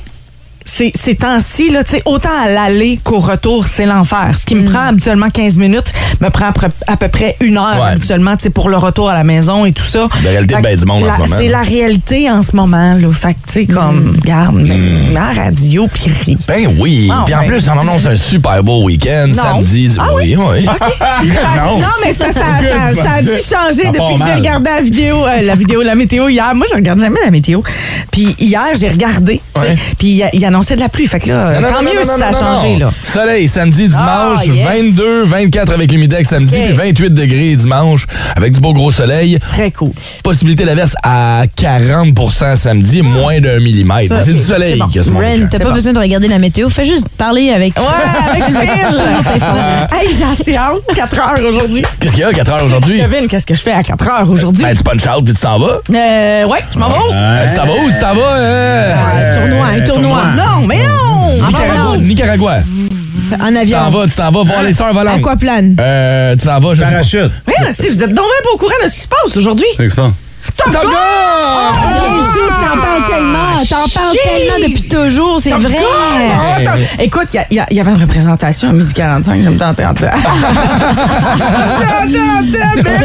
S18: Ces, ces temps-ci, là, tu sais, autant à l'aller qu'au retour, c'est l'enfer. Ce qui me prend habituellement 15 minutes, me prend à peu- à peu près une heure
S3: Ouais.
S18: habituellement, tu sais, pour le retour à la maison et tout ça.
S3: La réalité de
S18: Fait
S3: ben
S18: que
S3: du monde en
S18: la-
S3: ce moment,
S18: C'est
S3: là.
S18: la réalité en ce moment, là. Fait que, tu sais, comme, regarde,
S3: Mhm.
S18: la radio, puis ri.
S3: Ben oui.
S18: Ah,
S3: Puis en
S18: ouais.
S3: plus, on annonce un super beau week-end,
S18: Non.
S3: samedi.
S18: Ah
S3: oui, oui.
S18: Ah,
S3: non.
S18: Non, mais c'est parce que ça, ça- ça a dû changer
S3: Bah, Ça part
S18: depuis que j'ai
S3: mal.
S18: regardé la vidéo, euh, la vidéo, de la météo hier. Moi, je regarde jamais la météo. Puis hier, j'ai regardé. tu sais, Puis il y a- il annonçait de la pluie. Fait que là,
S3: Non, non,
S18: tant
S3: non,
S18: mieux
S3: non,
S18: si
S3: non,
S18: ça a
S3: non, non,
S18: changé,
S3: non.
S18: là.
S3: Soleil, samedi, dimanche,
S18: Ah, yes.
S3: 22, 24 avec l'humidex samedi,
S18: Ok.
S3: puis 28 degrés dimanche, avec du beau gros soleil.
S18: Très cool.
S3: Possibilité d'averse à 40 samedi, moins d'un millimètre.
S18: Ok,
S3: C'est du soleil qui a ce moment.
S18: Ren,
S3: écran.
S18: t'as pas besoin de regarder la météo. Fais juste parler avec. Ouais, avec Phil. hey, j'ai assez hâte. 4 heures aujourd'hui.
S3: Qu'est-ce qu'il y a à 4 heures aujourd'hui?
S18: Kevin, qu'est-ce que je fais à 4 heures aujourd'hui?
S3: Ben, tu punch out puis tu t'en vas.
S18: Euh, ouais, je m'en vais. où?
S3: Euh, tu t'en vas où? Tu t'en vas? euh,
S18: Un tournoi, hein. Ah, un tournoi. Non, mais non!
S3: Nicaragua. Nicaragua.
S18: En
S3: Tu t'en
S18: avion.
S3: vas, tu t'en vas
S18: Hein?
S3: voir les sœurs volantes.
S18: Aquaplane.
S3: Euh, tu t'en vas, je Parachute.
S18: Mais si vous êtes donc même pas au courant de ce qui se passe aujourd'hui.
S3: Top Gun!
S18: Ah, t'en parles tellement, t'en parles tellement depuis toujours, c'est vrai.
S3: Ah, t'as-
S18: Écoute, il y a- il y, a- il y avait une représentation à midi 45, ça me tentait en fait.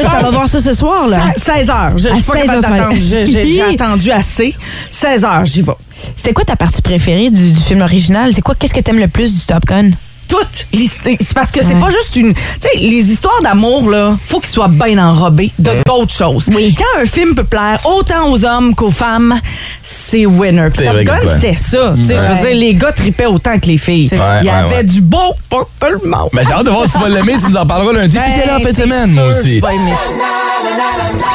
S18: Ça va voir ça ce soir, là. 16h. Je
S19: À
S18: je suis pas
S19: 16
S18: capable
S19: heures ce matin.
S18: d'attendre. Je- je- J'ai attendu assez. 16h, j'y vais.
S19: C'était quoi ta partie préférée du, du film original? C'est quoi? Qu'est-ce que t'aimes le plus du Top Gun?
S18: Toutes les- c'est parce que c'est pas juste une tu sais les histoires d'amour là faut qu'ils soient bien enrobés de d'autres choses quand un film peut plaire autant aux hommes qu'aux femmes c'est winner
S19: C'est
S18: Puis Top
S19: vrai que
S18: Gun
S19: ouais.
S18: c'était ça tu sais
S19: Ouais.
S18: je veux dire les gars tripaient autant que les filles
S3: vrai. Ouais,
S18: il y
S3: ouais,
S18: avait
S3: ouais.
S18: du beau pour tout le monde
S3: Ben, j'ai hâte de voir si tu vas l'aimer, tu nous en parleras lundi.
S18: Ben,
S3: Puis t'es là en fin de
S18: c'est
S3: semaine,
S18: sûr,
S3: moi aussi.
S18: je vais aimer ça.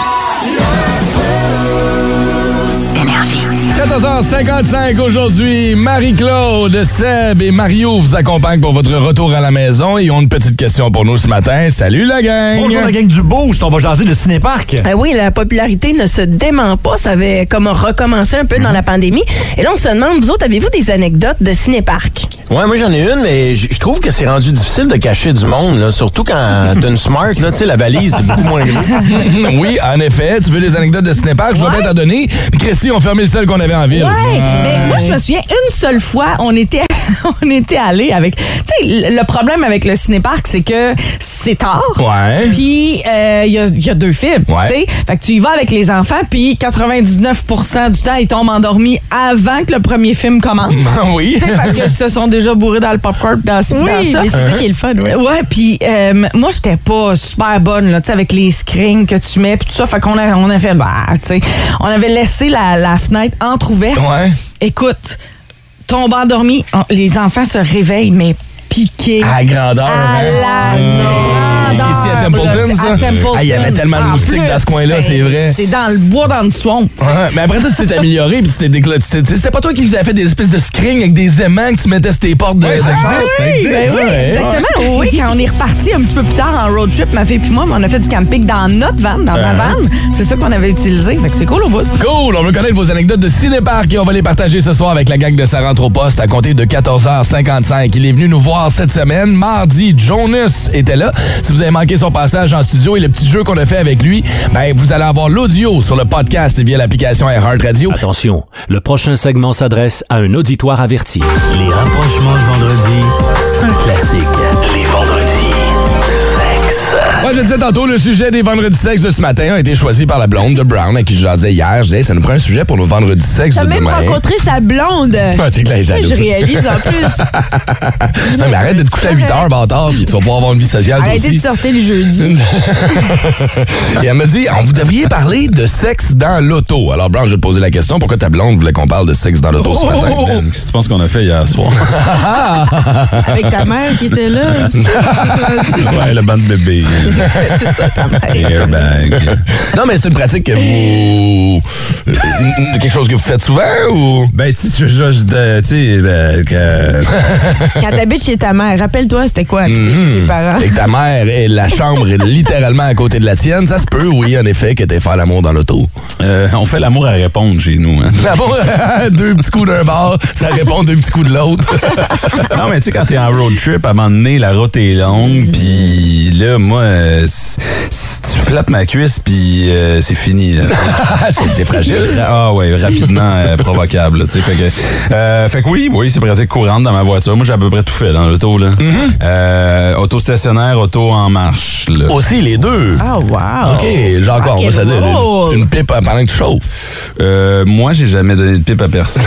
S13: Énergie.
S3: 14h55 aujourd'hui, Marie-Claude, Seb et Mario vous accompagnent pour votre retour à la maison. Ils ont une petite question pour nous ce matin. Salut la gang!
S20: Bonjour la gang du Boost, on va jaser de Cinéparc.
S6: Ah oui, la popularité ne se dément pas. Ça avait comme recommencé un peu dans la
S18: Mhm.
S6: pandémie. Et là, on se demande, vous autres, avez-vous des anecdotes de cinéparc?
S8: Ouais, moi j'en ai une, mais j- je trouve que c'est rendu difficile de cacher du monde, là, surtout quand t'as une smart, là, tu sais, la valise, c'est beaucoup moins gros.
S3: oui, en effet, tu veux des anecdotes de Cinépark, je vais bien t'en donner. Puis Christy, on fermait le seul qu'on avait en ville.
S18: Ouais, mais moi je me souviens une seule fois, on était on était allé avec tu sais le le problème avec le cinéparc c'est que c'est tard.
S3: Ouais.
S18: Puis euh, il y, a, il y a deux films,
S3: Ouais.
S18: tu sais. Fait que tu y vas avec les enfants puis 99% du temps ils tombent endormis avant que le premier film commence.
S3: Ben oui.
S18: Tu sais, parce que se sont déjà bourrés dans le popcorn dans, ci-
S6: Oui,
S18: dans ça.
S6: mais c'est
S3: Uh-huh.
S6: ça qui est le fun, ouais.
S18: Ouais, puis euh, moi j'étais pas super bonne là, tu sais avec les screens que tu mets puis tout ça fait qu'on a on a fait bah, tu sais, on avait laissé la, la fenêtre entrouverte.
S3: Ouais.
S18: Écoute, tombe endormi, on- les enfants se réveillent mais piqués
S3: À grandeur. hein.
S18: à la grandeur.
S3: Ici à Templeton,
S18: là,
S3: ça?
S18: à Templeton.
S3: Ah, il y avait tellement de
S18: En
S3: moustiques
S18: plus,
S3: dans ce coin-là,
S18: ben,
S3: c'est vrai.
S18: C'est dans le bois, dans le swamp.
S3: Ouais, mais après ça, tu t'es amélioré puis tu t'es décla- tu t'es- C'était pas toi qui nous avais fait des espèces de screens avec des aimants que tu mettais sur tes portes de.
S18: Ah oui, ben oui,
S3: Ouais.
S18: exactement. Oh Oui, quand on est reparti un petit peu plus tard en road trip, ma fille puis moi, mais on a fait du camping dans notre van, dans ma
S3: Uh-huh.
S18: van. C'est ça qu'on avait utilisé. Fait que c'est cool au bout.
S3: Cool, on veut connaître vos anecdotes de cinéparc et on va les partager ce soir avec la gang de Sa rentre au poste à compter de 14h55. Il est venu nous voir cette semaine. Mardi, Jonas était là. Si vous avez manqué son passage en studio et le petit jeu qu'on a fait avec lui, ben vous allez avoir l'audio sur le podcast via l'application iHeartRadio.
S1: Attention, le prochain segment s'adresse à un auditoire averti. Les rapprochements de vendredi, c'est un classique. Les vendredis, sexe.
S3: Moi, je disais tantôt, le sujet des vendredis sexes de ce matin a été choisi par la blonde de Brown à qui je jasais hier. Je disais, ça nous prend un sujet pour nos vendredis sexes
S18: T'as
S3: de
S18: même
S3: demain.
S18: rencontré sa blonde.
S3: Ah, t'es que la
S18: Ça,
S3: jalouse.
S18: je réalise en plus.
S3: non, mais arrête de te coucher à 8 heures, bâtard, puis tu vas pouvoir avoir une vie sociale. toi
S18: Arrêtez
S3: aussi.
S18: de sortir le jeudi.
S3: Et elle me dit, on vous devriez parler de sexe dans l'auto. Alors, Blanche, je vais te poser la question. Pourquoi ta blonde voulait qu'on parle de sexe dans l'auto ce matin?
S21: Oh!
S3: Qu'est-ce que tu penses qu'on a fait hier soir?
S18: Avec ta mère qui était là. aussi.
S3: ouais, le banc de bébé.
S18: c'est ça, ta mère.
S3: Airbag. non, mais c'est une pratique que vous. euh, quelque chose que vous faites souvent ou.
S22: Ben, tu sais, je- je- je- tu sais, ben, que.
S6: Quand t'habites chez ta mère, rappelle-toi, c'était quoi habiter chez tes parents?
S3: Mhm. Et que ta mère et la chambre est littéralement à côté de la tienne, ça se peut, oui, en effet, que t'aies faire l'amour dans l'auto.
S4: Euh, on fait l'amour à répondre chez nous. hein.
S3: L'amour, deux petits coups d'un bord, ça répond deux petits coups de l'autre.
S4: non, mais tu sais, quand t'es en road trip, à un moment donné, la route est
S3: Mm.
S4: longue, puis là, moi, euh, si si tu flattes ma cuisse, puis euh, c'est fini. là.
S3: T'es fragile.
S4: Ah ouais, rapidement euh, provocable. là, tu sais. fait, que, euh, fait que oui, oui, c'est pratique courante dans ma voiture. Moi, j'ai à peu près tout fait dans l'auto. là.
S3: Mm-hmm.
S4: Euh, auto stationnaire, auto en marche. là.
S3: Aussi, les deux.
S6: Ah, wow.
S3: OK, genre quoi, on
S6: Ah,
S3: va se dire une, une pipe euh, pendant que tu chauffes.
S4: Euh, moi, j'ai jamais donné de pipe à personne.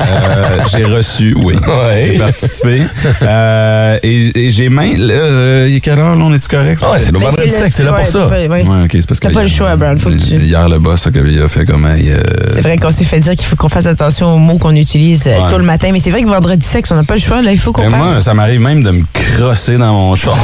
S4: Euh, j'ai reçu, oui. J'ai participé. Euh, et et j'ai même. là, euh, Il est quelle heure, là? On est-tu correct?
S3: Ouais, Ah, c'est le
S4: Ben,
S3: vendredi
S4: c'est le-
S3: sec, c'est là pour
S4: ouais,
S3: ça.
S6: ouais, ouais.
S4: Ouais, ok, c'est parce que.
S6: T'as pas le
S4: hier- euh,
S6: choix, Brown, faut que tu...
S4: Hier, le boss, ok, il a fait comme. hey, euh,
S6: C'est vrai qu'on s'est fait dire qu'il faut qu'on fasse attention aux mots qu'on utilise euh,
S4: Ouais.
S6: tôt le matin, mais c'est vrai que vendredi sexe, on n'a pas le choix, là, il faut qu'on
S4: mais
S6: parle.
S4: moi, ça m'arrive même de me crosser dans mon char.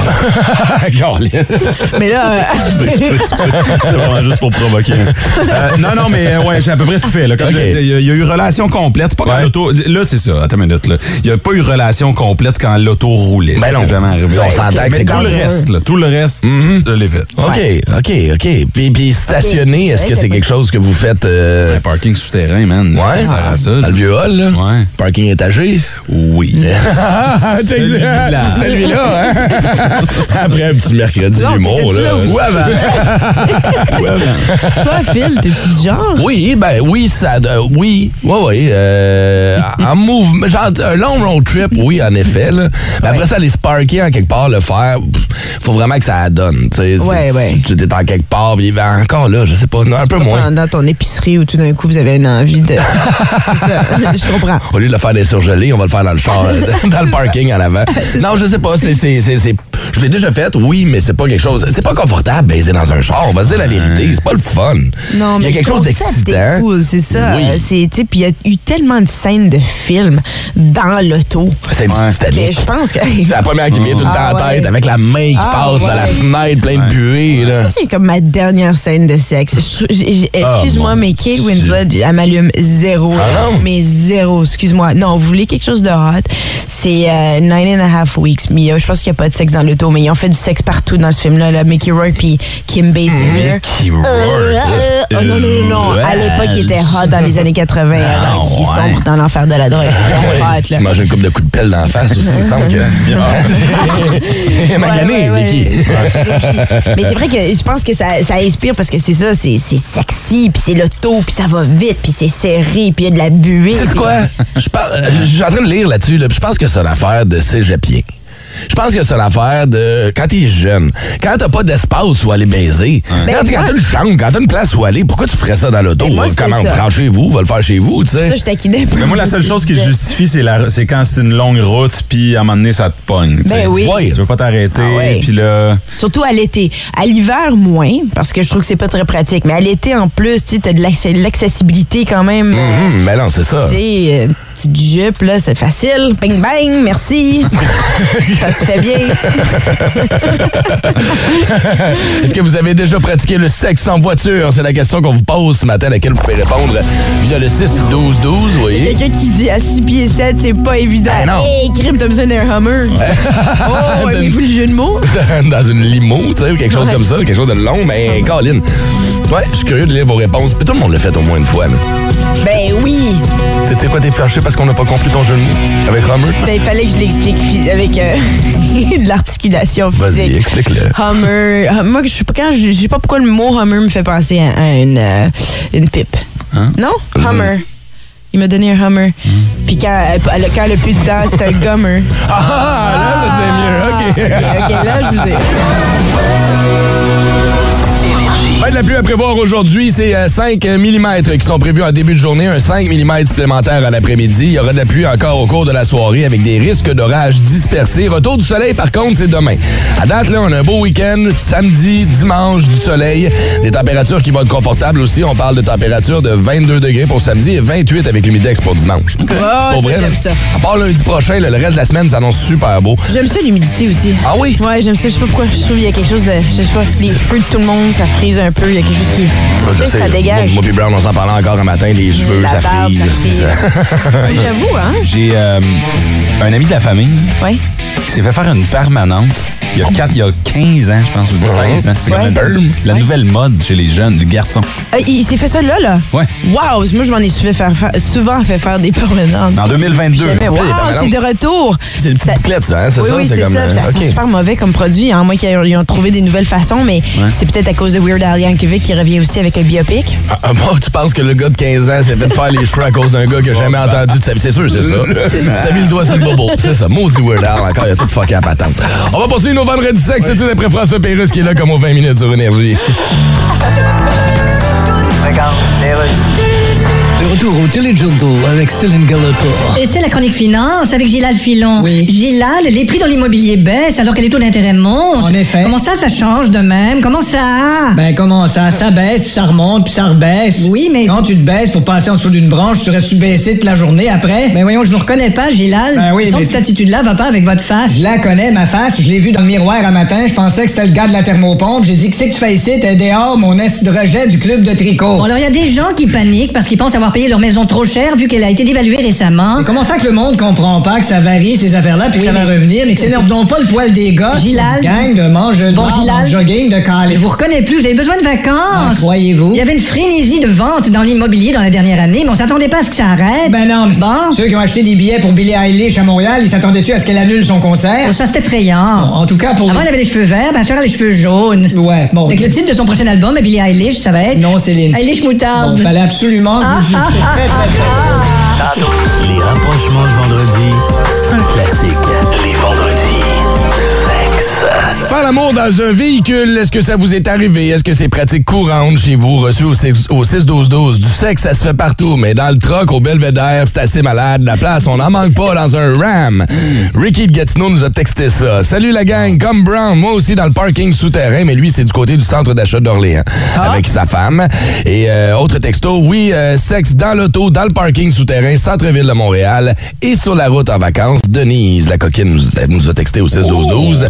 S6: Mais là, euh,
S4: Excusez, excusez, excusez. C'était vraiment juste pour provoquer. Euh, non, non, mais euh, ouais, j'ai à peu près tout fait. là. Comme je disais, Il y, a- il y a eu relation complète. Pas quand l'auto. Là, c'est ça. Attends une minute. là. Il n'y a pas eu relation complète quand l'auto roulait.
S3: Ben
S4: Ça,
S3: non.
S4: C'est jamais arrivé.
S3: On s'entend que
S4: Mais
S3: c'est
S4: tout le
S3: dangereux.
S4: reste, là, tout le reste, je l'ai fait.
S3: OK, OK, OK. Puis, puis stationner, est-ce que c'est quelque chose que vous faites. euh,
S4: Un parking souterrain, man.
S3: Ouais.
S4: Ça sert à ça.
S3: Dans le vieux hall, là.
S4: Ouais.
S3: Parking étagé.
S4: Oui.
S3: Ah,
S4: Celui-là.
S3: Celui-là. Celui-là, hein? Après un petit mercredi
S6: Non,
S3: d'humour,
S6: euh, t'étais-tu
S3: là.
S6: là aussi?
S3: Ou avant. Ou avant.
S6: toi, Phil, t'es petit genre.
S3: Oui, ben oui, ça. euh, oui, oui, oui. euh, en mouvement. Genre, un long road trip, oui, en effet. Là. Mais après ça, aller se parker en quelque part, le faire, pff, faut vraiment que ça donne. tu sais.
S6: Ouais,
S3: C'est-
S6: ouais.
S3: Tu es en quelque part, puis ben, encore là, je sais pas, non, un peu
S6: Pas
S3: moins.
S6: Dans ton épicerie où tout d'un coup, vous avez une envie de... C'est ça, je comprends.
S3: Au lieu de le faire des surgelés, on va le faire dans le char, euh, dans le parking en avant. Non, je sais pas, c'est, c'est, c'est, c'est- je l'ai déjà fait, oui, mais c'est pas quelque chose, c'est pas confortable baiser dans un char, on va se dire la vérité, c'est pas le fun.
S6: Non, mais
S3: Il y a
S6: le
S3: quelque chose
S6: concept
S3: d'excitant.
S6: est cool, c'est ça.
S3: Oui.
S6: Euh, c'est- tu sais, Puis il y a eu tellement de scènes de films dans l'auto.
S3: C'est une petite
S6: que
S3: Titanic.
S6: Je pense que.
S3: C'est la première qui me vient tout le temps
S6: Ah,
S3: en
S6: ouais.
S3: tête, avec la main qui
S6: Ah,
S3: passe dans la
S6: ouais.
S3: fenêtre, plein de puée. Là.
S6: Ça, c'est comme ma dernière scène de sexe. Je- je- je- Excuse-moi, mais Kate Winslet, elle m'allume zéro. Mais zéro, excuse-moi. Non, vous voulez quelque chose de hot? C'est euh, Nine and a Half Weeks. Mais euh, je pense qu'il n'y a pas de sexe dans l'auto, mais ils ont fait du sexe partout dans ce film-là. là. Mickey Rourke puis Kim Basinger.
S4: Mickey
S6: Euh, euh, oh non, non, non, non. À l'époque, il était hot dans les années 80, avant qu'il sombre dans l'enfer de la drogue. Hot, là.
S3: Tu manges une coupe de coups de pelle dans la face aussi, il semble que.
S6: Ouais,
S3: Magané,
S6: ouais,
S3: Vicky.
S6: ouais. C'est vrai que je- Mais c'est vrai que je pense que ça, ça inspire parce que c'est ça, c'est c'est sexy, puis c'est l'auto, puis ça va vite, puis c'est serré, puis il y a de la buée.
S3: Tu sais
S6: puis-
S3: quoi? Je par- euh, je suis en train de lire là-dessus, là, puis je pense que c'est une affaire de cégepien. Je pense que c'est une affaire de quand t'es jeune, quand t'as pas d'espace où aller baiser,
S6: Ben,
S3: quand,
S6: moi-
S3: quand t'as une chambre, quand t'as une place où aller, pourquoi tu ferais ça dans l'auto?
S6: Ben, moi, c'était
S3: Comment?
S6: ça.
S3: Prends chez vous, va le faire chez vous, tu sais.
S6: Ça, je taquinais.
S4: Mais moi, la seule chose qui justifie, c'est la- c'est quand c'est une longue route, puis à un moment donné, ça te pogne. tu sais.
S6: Ben oui. Ouais.
S4: Tu veux pas t'arrêter,
S6: Ah ouais.
S4: puis là.
S6: Surtout à l'été. À l'hiver, moins, parce que je trouve que c'est pas très pratique. Mais à l'été, en plus, tu as de l'acc- l'accessibilité quand même.
S1: Mm-hmm.
S3: Hum, mais non, c'est ça.
S6: Tu sais, euh, petite jupe, là, c'est facile. Bing, bang, merci. ça se fait bien.
S3: Est-ce que vous avez déjà pratiqué le sexe en voiture? C'est la question qu'on vous pose ce matin à laquelle vous pouvez répondre via le 6-12-12, vous voyez.
S6: Quelqu'un qui dit à 6 pieds 7, c'est pas évident.
S3: Ben non.
S6: Hey, crime, t'as besoin d'un Hummer. oh, aimez-vous le jeu de mots?
S3: dans une limo, tu sais, ou quelque chose
S6: Ouais.
S3: comme ça, quelque chose de long, mais Colin. Ouais, je suis curieux de lire vos réponses. Puis tout le monde l'a fait au moins une fois, là.
S6: Ben oui.
S3: Tu sais quoi, t'es fâché parce qu'on n'a pas compris ton jeu de mots avec Homer?
S6: Ben, il fallait que je l'explique phys- avec euh, de l'articulation
S3: Vas-y,
S6: physique.
S3: explique-le.
S6: Hummer. hum- Moi, je sais pas quand je je sais pas pourquoi le mot Hummer me fait penser à, à une, euh, une pipe.
S3: Hein?
S6: Non? Hummer. Il m'a donné un Hummer. Puis quand elle, elle- quand elle a plus de dents, c'est un gummer.
S3: Ah, là, là, c'est mieux, OK.
S6: OK, là, je vous ai.
S3: Fin de la pluie à prévoir aujourd'hui, c'est euh, 5 mm qui sont prévus en début de journée, un 5 mm supplémentaire à l'après-midi. Il y aura de la pluie encore au cours de la soirée avec des risques d'orages dispersés. Retour du soleil, par contre, c'est demain. À date, là, on a un beau week-end, samedi, dimanche, du soleil, des températures qui vont être confortables aussi. On parle de températures de 22 degrés pour samedi et 28 avec l'humidex pour dimanche. Pour
S6: ça, j'aime
S3: là.
S6: Ah, ça.
S3: À part lundi prochain, là, le reste de la semaine s'annonce super beau.
S6: J'aime ça l'humidité aussi.
S3: Ah oui?
S6: Ouais, j'aime ça. Je sais pas pourquoi. Je trouve qu'il y a quelque chose de. Je sais pas. Les cheveux de tout le monde, ça frise un peu. Il y a quelque chose qui.
S3: Ah, Je sais,
S6: ça dégage.
S3: Moi puis Brown, on s'en parlait encore un matin, les cheveux,
S6: la
S3: ça
S6: barbe,
S3: frise.
S6: ça
S3: c'est ça.
S6: J'avoue, hein?
S4: J'ai euh, un ami de la famille
S6: Ouais.
S4: qui s'est fait faire une permanente il y a, quatre, il y a 15 ans, je pense, ou 16 ans. C'est comme
S6: Ouais.
S4: ça,
S6: Perm.
S4: la nouvelle mode chez les jeunes, les garçons.
S6: Euh, il s'est fait ça là, là?
S4: Ouais.
S6: Wow! Moi, je m'en ai souvent fait faire, souvent fait faire des permanentes.
S4: En 2022.
S6: Jamais. Wow,
S4: Ouais,
S3: Ah,
S4: permanente.
S6: c'est de retour!
S3: C'est le petit bouclette, ça, hein? C'est
S6: oui,
S3: ça?
S6: Oui, c'est
S3: comme,
S6: ça.
S3: euh,
S6: puis ça
S3: ok.
S6: sent super mauvais comme produit. Hein? Moi, qu'ils ont- ils ont trouvé des nouvelles façons, mais
S3: Ouais.
S6: c'est peut-être à cause de Weird Al Yankovic qui revient aussi avec un biopic.
S3: Ah, ah bon, tu penses que le gars de 15 ans s'est fait faire les cheveux à cause d'un gars qui a jamais entendu de sa vie. C'est sûr, ben. c'est ça. T'as mis le doigt sur le bobo. C'est ça. Maudit Weird Al, encore, il a tout fucké à patente. On va poursuivre nos vendredis secs. C'est-tu d'après François Pérusse qui est là comme aux 20 minutes sur Énergie?
S8: De retour au Téléjungle avec Céline Gallopin.
S12: Et c'est la chronique finance avec Gilal Filon. Gilal, les prix dans l'immobilier baissent alors que les taux d'intérêt montent. En effet. Comment ça, ça change de même? Comment ça?
S10: Ben comment ça? Ça baisse, puis ça remonte, puis ça rebaisse. Oui, mais... Quand tu te baisses pour passer en dessous d'une branche, tu restes baissé toute la journée après.
S12: Ben voyons, je ne reconnais pas, Gilal.
S10: Ben oui,
S12: Il me semble
S10: mais-
S12: que cette attitude-là va pas avec votre face.
S10: Je la connais, ma face. Je l'ai vue dans le miroir un matin. Je pensais que c'était le gars de la thermopompe. J'ai dit, que c'est que tu fais ici? T'es dehors, mon est de rejet du club de tricot.
S12: Bon, alors il y a des gens qui paniquent parce qu'ils pensent avoir payé leur maison trop cher vu qu'elle a été dévaluée récemment.
S10: Mais comment ça que le monde comprend pas que ça varie, ces affaires-là, puis que
S12: Oui,
S10: ça va
S12: mais-
S10: revenir, mais que s'énerve donc pas le poil des gars.
S12: Gilal.
S10: Gang de mange de
S12: Bon,
S10: mort,
S12: Gilal.
S10: de jogging, de calais. Ah,
S12: Je vous reconnais plus, vous avez besoin de vacances. Croyez-vous. Il y avait une frénésie de vente dans l'immobilier dans la dernière année, mais on s'attendait pas à ce que ça arrête.
S10: Ben non, mais ceux qui ont acheté des billets pour Billie Eilish à Montréal, ils s'attendaient-tu à ce qu'elle annule son concert?
S12: Bon, Oh, ça, c'est effrayant.
S10: En tout cas, pour...
S12: Avant, elle avait les cheveux verts, ben, elle a les cheveux jaunes.
S10: Ouais, bon.
S12: Avec le titre de son prochain album, Billy Eilish, ça va être.
S10: Non, Céline.
S12: Eilish Moutarde. Ah,
S10: Bon, fallait absolument... que vous-
S13: Les rapprochements de vendredi, c'est un classique. Les vendredis, sexe.
S3: Faire l'amour dans un véhicule, est-ce que ça vous est arrivé? Est-ce que c'est pratique courante chez vous, reçu au 6-12-12? Du sexe, ça se fait partout, mais dans le troc, au belvédère, c'est assez malade. La place, on n'en manque pas dans un RAM. Ricky de Gatineau nous a texté ça. Salut la gang, comme Brown, moi aussi dans le parking souterrain, mais lui, c'est du côté du centre d'achat d'Orléans,
S6: Ah.
S3: avec sa femme. Et euh, autre texto, oui, euh, sexe dans l'auto, dans le parking souterrain, centre-ville de Montréal, et sur la route en vacances, Denise, la coquine, nous, nous a texté au
S6: Oh,
S3: 6-12-12.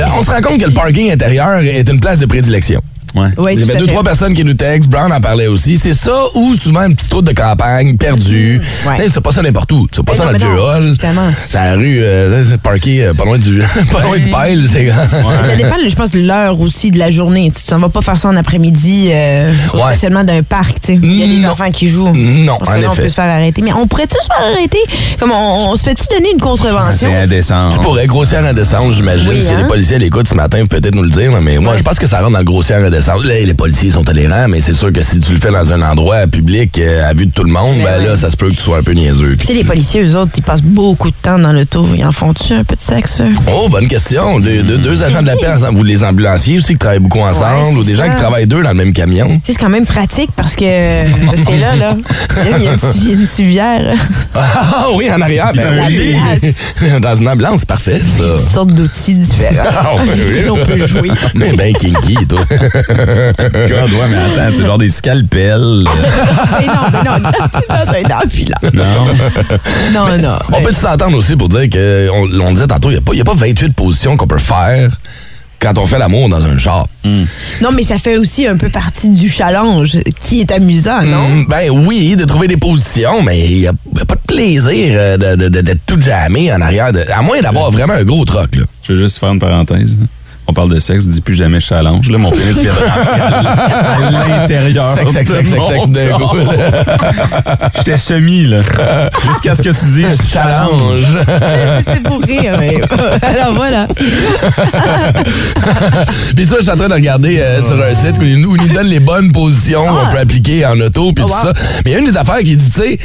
S3: Là, on se rend compte que le parking intérieur est une place de prédilection.
S6: Ouais,
S3: Il
S6: tout
S3: y avait
S6: à
S3: deux,
S6: fait.
S3: trois personnes qui nous textent. Brown en parlait aussi. C'est ça ou souvent une petite route de campagne perdue. Hey, c'est pas ça n'importe où. C'est pas
S6: Mm-hmm. Ben
S3: ça
S6: non,
S3: dans le
S6: ben
S3: vieux
S6: non,
S3: hall.
S6: justement.
S3: C'est la rue, euh, c'est parké euh, pas loin du, pas loin du pile. c'est-
S6: Ça dépend, je pense, de l'heure aussi de la journée. Tu ne vas pas faire ça en après-midi, euh, spécialement d'un parc. tu sais. Il y a des enfants qui jouent.
S3: Non,
S6: Parce
S3: en
S6: que là, on
S3: effet.
S6: peut se faire arrêter. Mais on pourrait-tu se faire arrêter? Comme on, on se fait-tu donner une contravention?
S3: C'est indécent. Tu pourrais grossière indécente, j'imagine.
S6: Oui,
S3: si
S6: hein?
S3: les policiers l'écoutent ce matin, peut-être nous le dire, là, mais moi, je pense que ça rentre dans le grossière indécente. Là, les policiers sont tolérants, mais c'est sûr que si tu le fais dans un endroit public, euh, à vue de tout le monde, ben là, ça se peut que tu sois un peu niaiseux.
S6: Tu sais, les policiers, eux autres, ils passent beaucoup de temps dans l'auto. Ils en font-tu un peu de sexe? eux?
S3: Oh, bonne question.
S6: Hmm.
S3: Deux, deux- deux agents de la paix ensemble, ou les ambulanciers aussi qui travaillent beaucoup ensemble,
S6: Ouais, c'est
S3: ou des gens
S6: ça.
S3: qui travaillent deux dans le même camion.
S6: Tu sais, c'est quand même pratique parce que euh, c'est là, là. Il y a une, su- une civière.
S3: Ah oui, en arrière. Ben,
S6: La
S3: oui. Dans une ambulance, c'est parfait, ça.
S6: Toutes sortes d'outils différents.
S3: Ah,
S6: Avec
S3: oui.
S6: lesquels on peut jouer.
S3: Mais ben kinky, toi.
S4: God, ouais, mais attends, c'est genre des scalpels.
S6: Mais non, mais non, non, dans un ambulance.
S4: Non.
S6: Non, non.
S3: On peut s'entendre aussi pour dire que, on, on disait tantôt, il n'y a, pas 28 positions qu'on peut faire quand on fait l'amour dans un char.
S6: Non, mais ça fait aussi un peu partie du challenge qui est amusant, non?
S3: Mm, ben oui, de trouver des positions, mais il n'y a, y a pas de plaisir euh, de- de- de- d'être tout jamais en arrière, de- à moins d'avoir vraiment un gros troc. Là.
S4: Je veux juste faire une parenthèse. On parle de sexe, dis plus jamais challenge. Là, mon pénis vient de rentrer à l'intérieur.
S3: Sec, sec,
S4: de
S3: sec, sec,
S4: mon
S3: sec, d'un
S4: corps.
S3: coup.
S4: J'étais semi, là. Jusqu'à ce que tu dises challenge.
S6: C'est pour rire, mais alors voilà.
S3: Puis ça, je suis en train de regarder euh, sur un site où ils nous, où ils nous donnent les bonnes positions qu'on peut appliquer en auto, puis
S6: Oh,
S3: tout
S6: wow.
S3: ça. Mais il y a une des affaires qui dit, tu sais,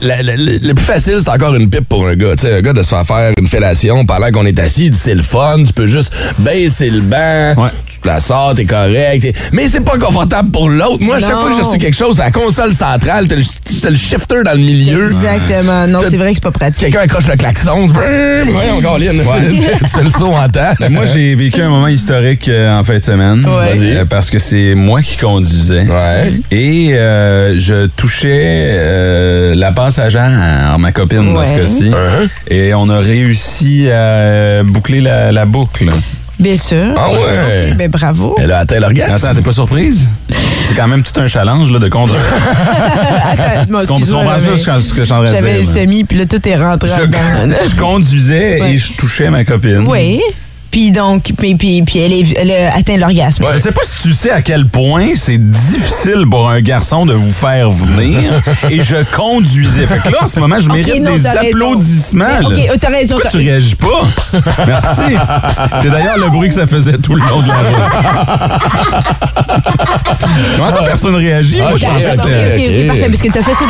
S3: la- la- la- le plus facile, c'est encore une pipe pour un gars. Tu sais, un gars de se faire faire une fellation pendant qu'on est assis, il dit, c'est le fun, tu peux juste baisser c'est le banc, tu te la sors, t'es correct. t'es- Mais c'est pas confortable pour l'autre. Moi, à chaque
S6: Non.
S3: fois que je suis quelque chose, la console centrale, t'as le, t'as le shifter dans le milieu.
S6: Exactement. Non, c'est vrai que c'est pas pratique.
S3: Quelqu'un accroche le klaxon. brrr, Voyons, Caroline,
S4: Ouais.
S3: tu fais le saut en temps.
S4: Ben, moi, j'ai vécu un moment historique euh, en fin de semaine.
S3: Ouais. Vas-y.
S4: Euh, parce que c'est moi qui conduisais. Et euh, je touchais euh, la passagère, à ma copine dans ce
S6: Ouais. Uh-huh.
S4: cas-ci. Et on a réussi à euh, boucler la, la boucle.
S6: Bien sûr.
S4: Ah ouais.
S6: Ben bravo.
S3: Elle a atteint l'orgasme.
S4: Attends, t'es pas surprise? C'est quand même tout un challenge là, de conduire.
S6: Attends, bon,
S4: Tu comprends- tu
S6: excuse-moi,
S4: comprends
S6: là, mais
S4: ce que- ce que je suis en train de dire,
S6: J'avais
S4: là.
S6: semi, puis là, tout est rentré
S4: Je,
S6: dedans.
S4: je conduisais et je touchais ma copine.
S6: Oui. Puis donc, puis, puis, puis elle, est- elle a atteint l'orgasme.
S4: Je sais pas si tu sais à quel point c'est difficile pour un garçon de vous faire venir et je conduisais. Fait que là, en ce moment, je
S6: Ok,
S4: mérite
S6: non,
S4: des
S6: t'as raison.
S4: applaudissements.
S6: Mais,
S4: là.
S6: ok, euh, t'as raison,
S4: Pourquoi
S6: t'as-
S4: tu réagis pas? Merci. C'est d'ailleurs le bruit que ça faisait tout le long de la route. Comment ça, personne réagit? Moi, je
S6: Ok,
S4: pensais que
S6: ok, ok, ok,
S4: c'était...
S6: parfait, parce que t'as fait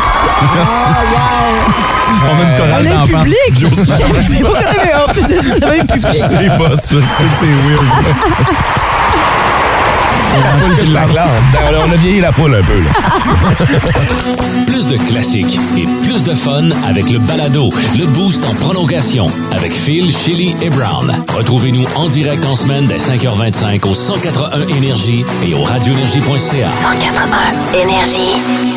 S6: ça.
S4: On a une chorale
S6: On a un
S4: d'enfants.
S6: public.
S4: studio ce matin.
S6: J'avais pas quand même hâte de dire ça, j'avais un public.
S4: Excusez, boss, c'est c'est weird.
S3: foule qui l'acclame. On a vieilli la foule un peu. Là.
S1: Plus de classiques et plus de fun avec le balado, le boost en prolongation avec Phil, Chili et Brown. Retrouvez-nous en direct en semaine dès 5h25 au 181 Énergie et au radioénergie.ca.
S8: 181 énergie.